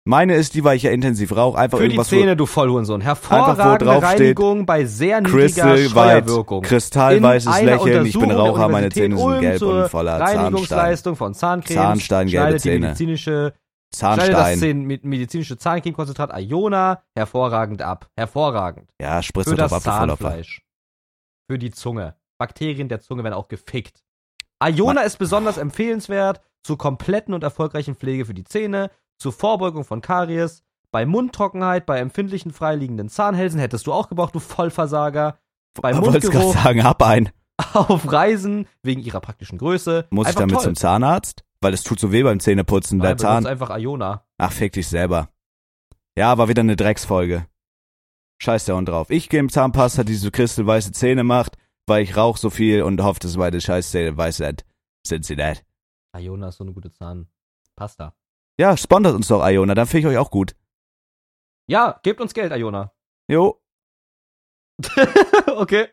A: Meine ist die, weil ich ja intensiv rauche. Einfach
B: Für die
A: irgendwas,
B: Zähne, du Vollhurensohn.
A: Einfach, wo
B: Hervorragende
A: draufsteht,
B: Reinigung bei sehr
A: wo
B: niedriger
A: Crystal White,
B: Steuerwirkung.
A: kristallweißes
B: einer
A: Lächeln. Ich bin
B: Untersuchung der
A: Raucher, meine
B: Universität
A: Zähne sind
B: Ulm
A: gelb
B: zur
A: und voller Zahnstein.
B: Reinigungsleistung von Zahncreme.
A: Zahnstein, gelbe
B: Schneidet die
A: Zähne.
B: medizinische Schneidet das
A: Zahnstein.
B: 10 mit- medizinische Zahnkiemkonzentrat Iona hervorragend ab. Hervorragend.
A: Ja, spritzt
B: Für
A: du drauf
B: das
A: ab, du Vollopfer.
B: Zahnfleisch. Für die Zunge. Bakterien der Zunge werden auch gefickt. Iona ist besonders empfehlenswert zur kompletten und erfolgreichen Pflege für die Zähne, zur Vorbeugung von Karies, bei Mundtrockenheit, bei empfindlichen freiliegenden Zahnhälsen hättest du auch gebraucht, du Vollversager. Bei
A: Wollt's gerade
B: Mundgeruch
A: sagen, hab ein.
B: auf Reisen wegen ihrer praktischen Größe.
A: Muss ich
B: Einfach
A: damit
B: toll.
A: zum Zahnarzt? Weil es tut so weh beim Zähneputzen,
B: Nein,
A: der Zahn.
B: benutzt einfach Iona.
A: Ach, fick dich selber. Ja, war wieder eine Drecksfolge. Scheiß der Hund drauf. Ich gehe im Zahnpasta, die so kristelweiße Zähne macht, weil ich rauche so viel und hoffe, dass meine Scheißzähne weiß sind. Sind sie nicht.
B: Iona ist so eine gute Zahnpasta.
A: Ja, sponsert uns doch, Iona, dann finde ich euch auch gut.
B: Ja, gebt uns Geld, Iona.
A: Jo,
B: okay.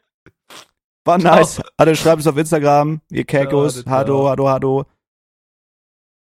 A: war nice. Alle schreibt es auf Instagram, ihr Kekos.
B: Ja, das
A: Hado,
B: war-
A: hado, hado.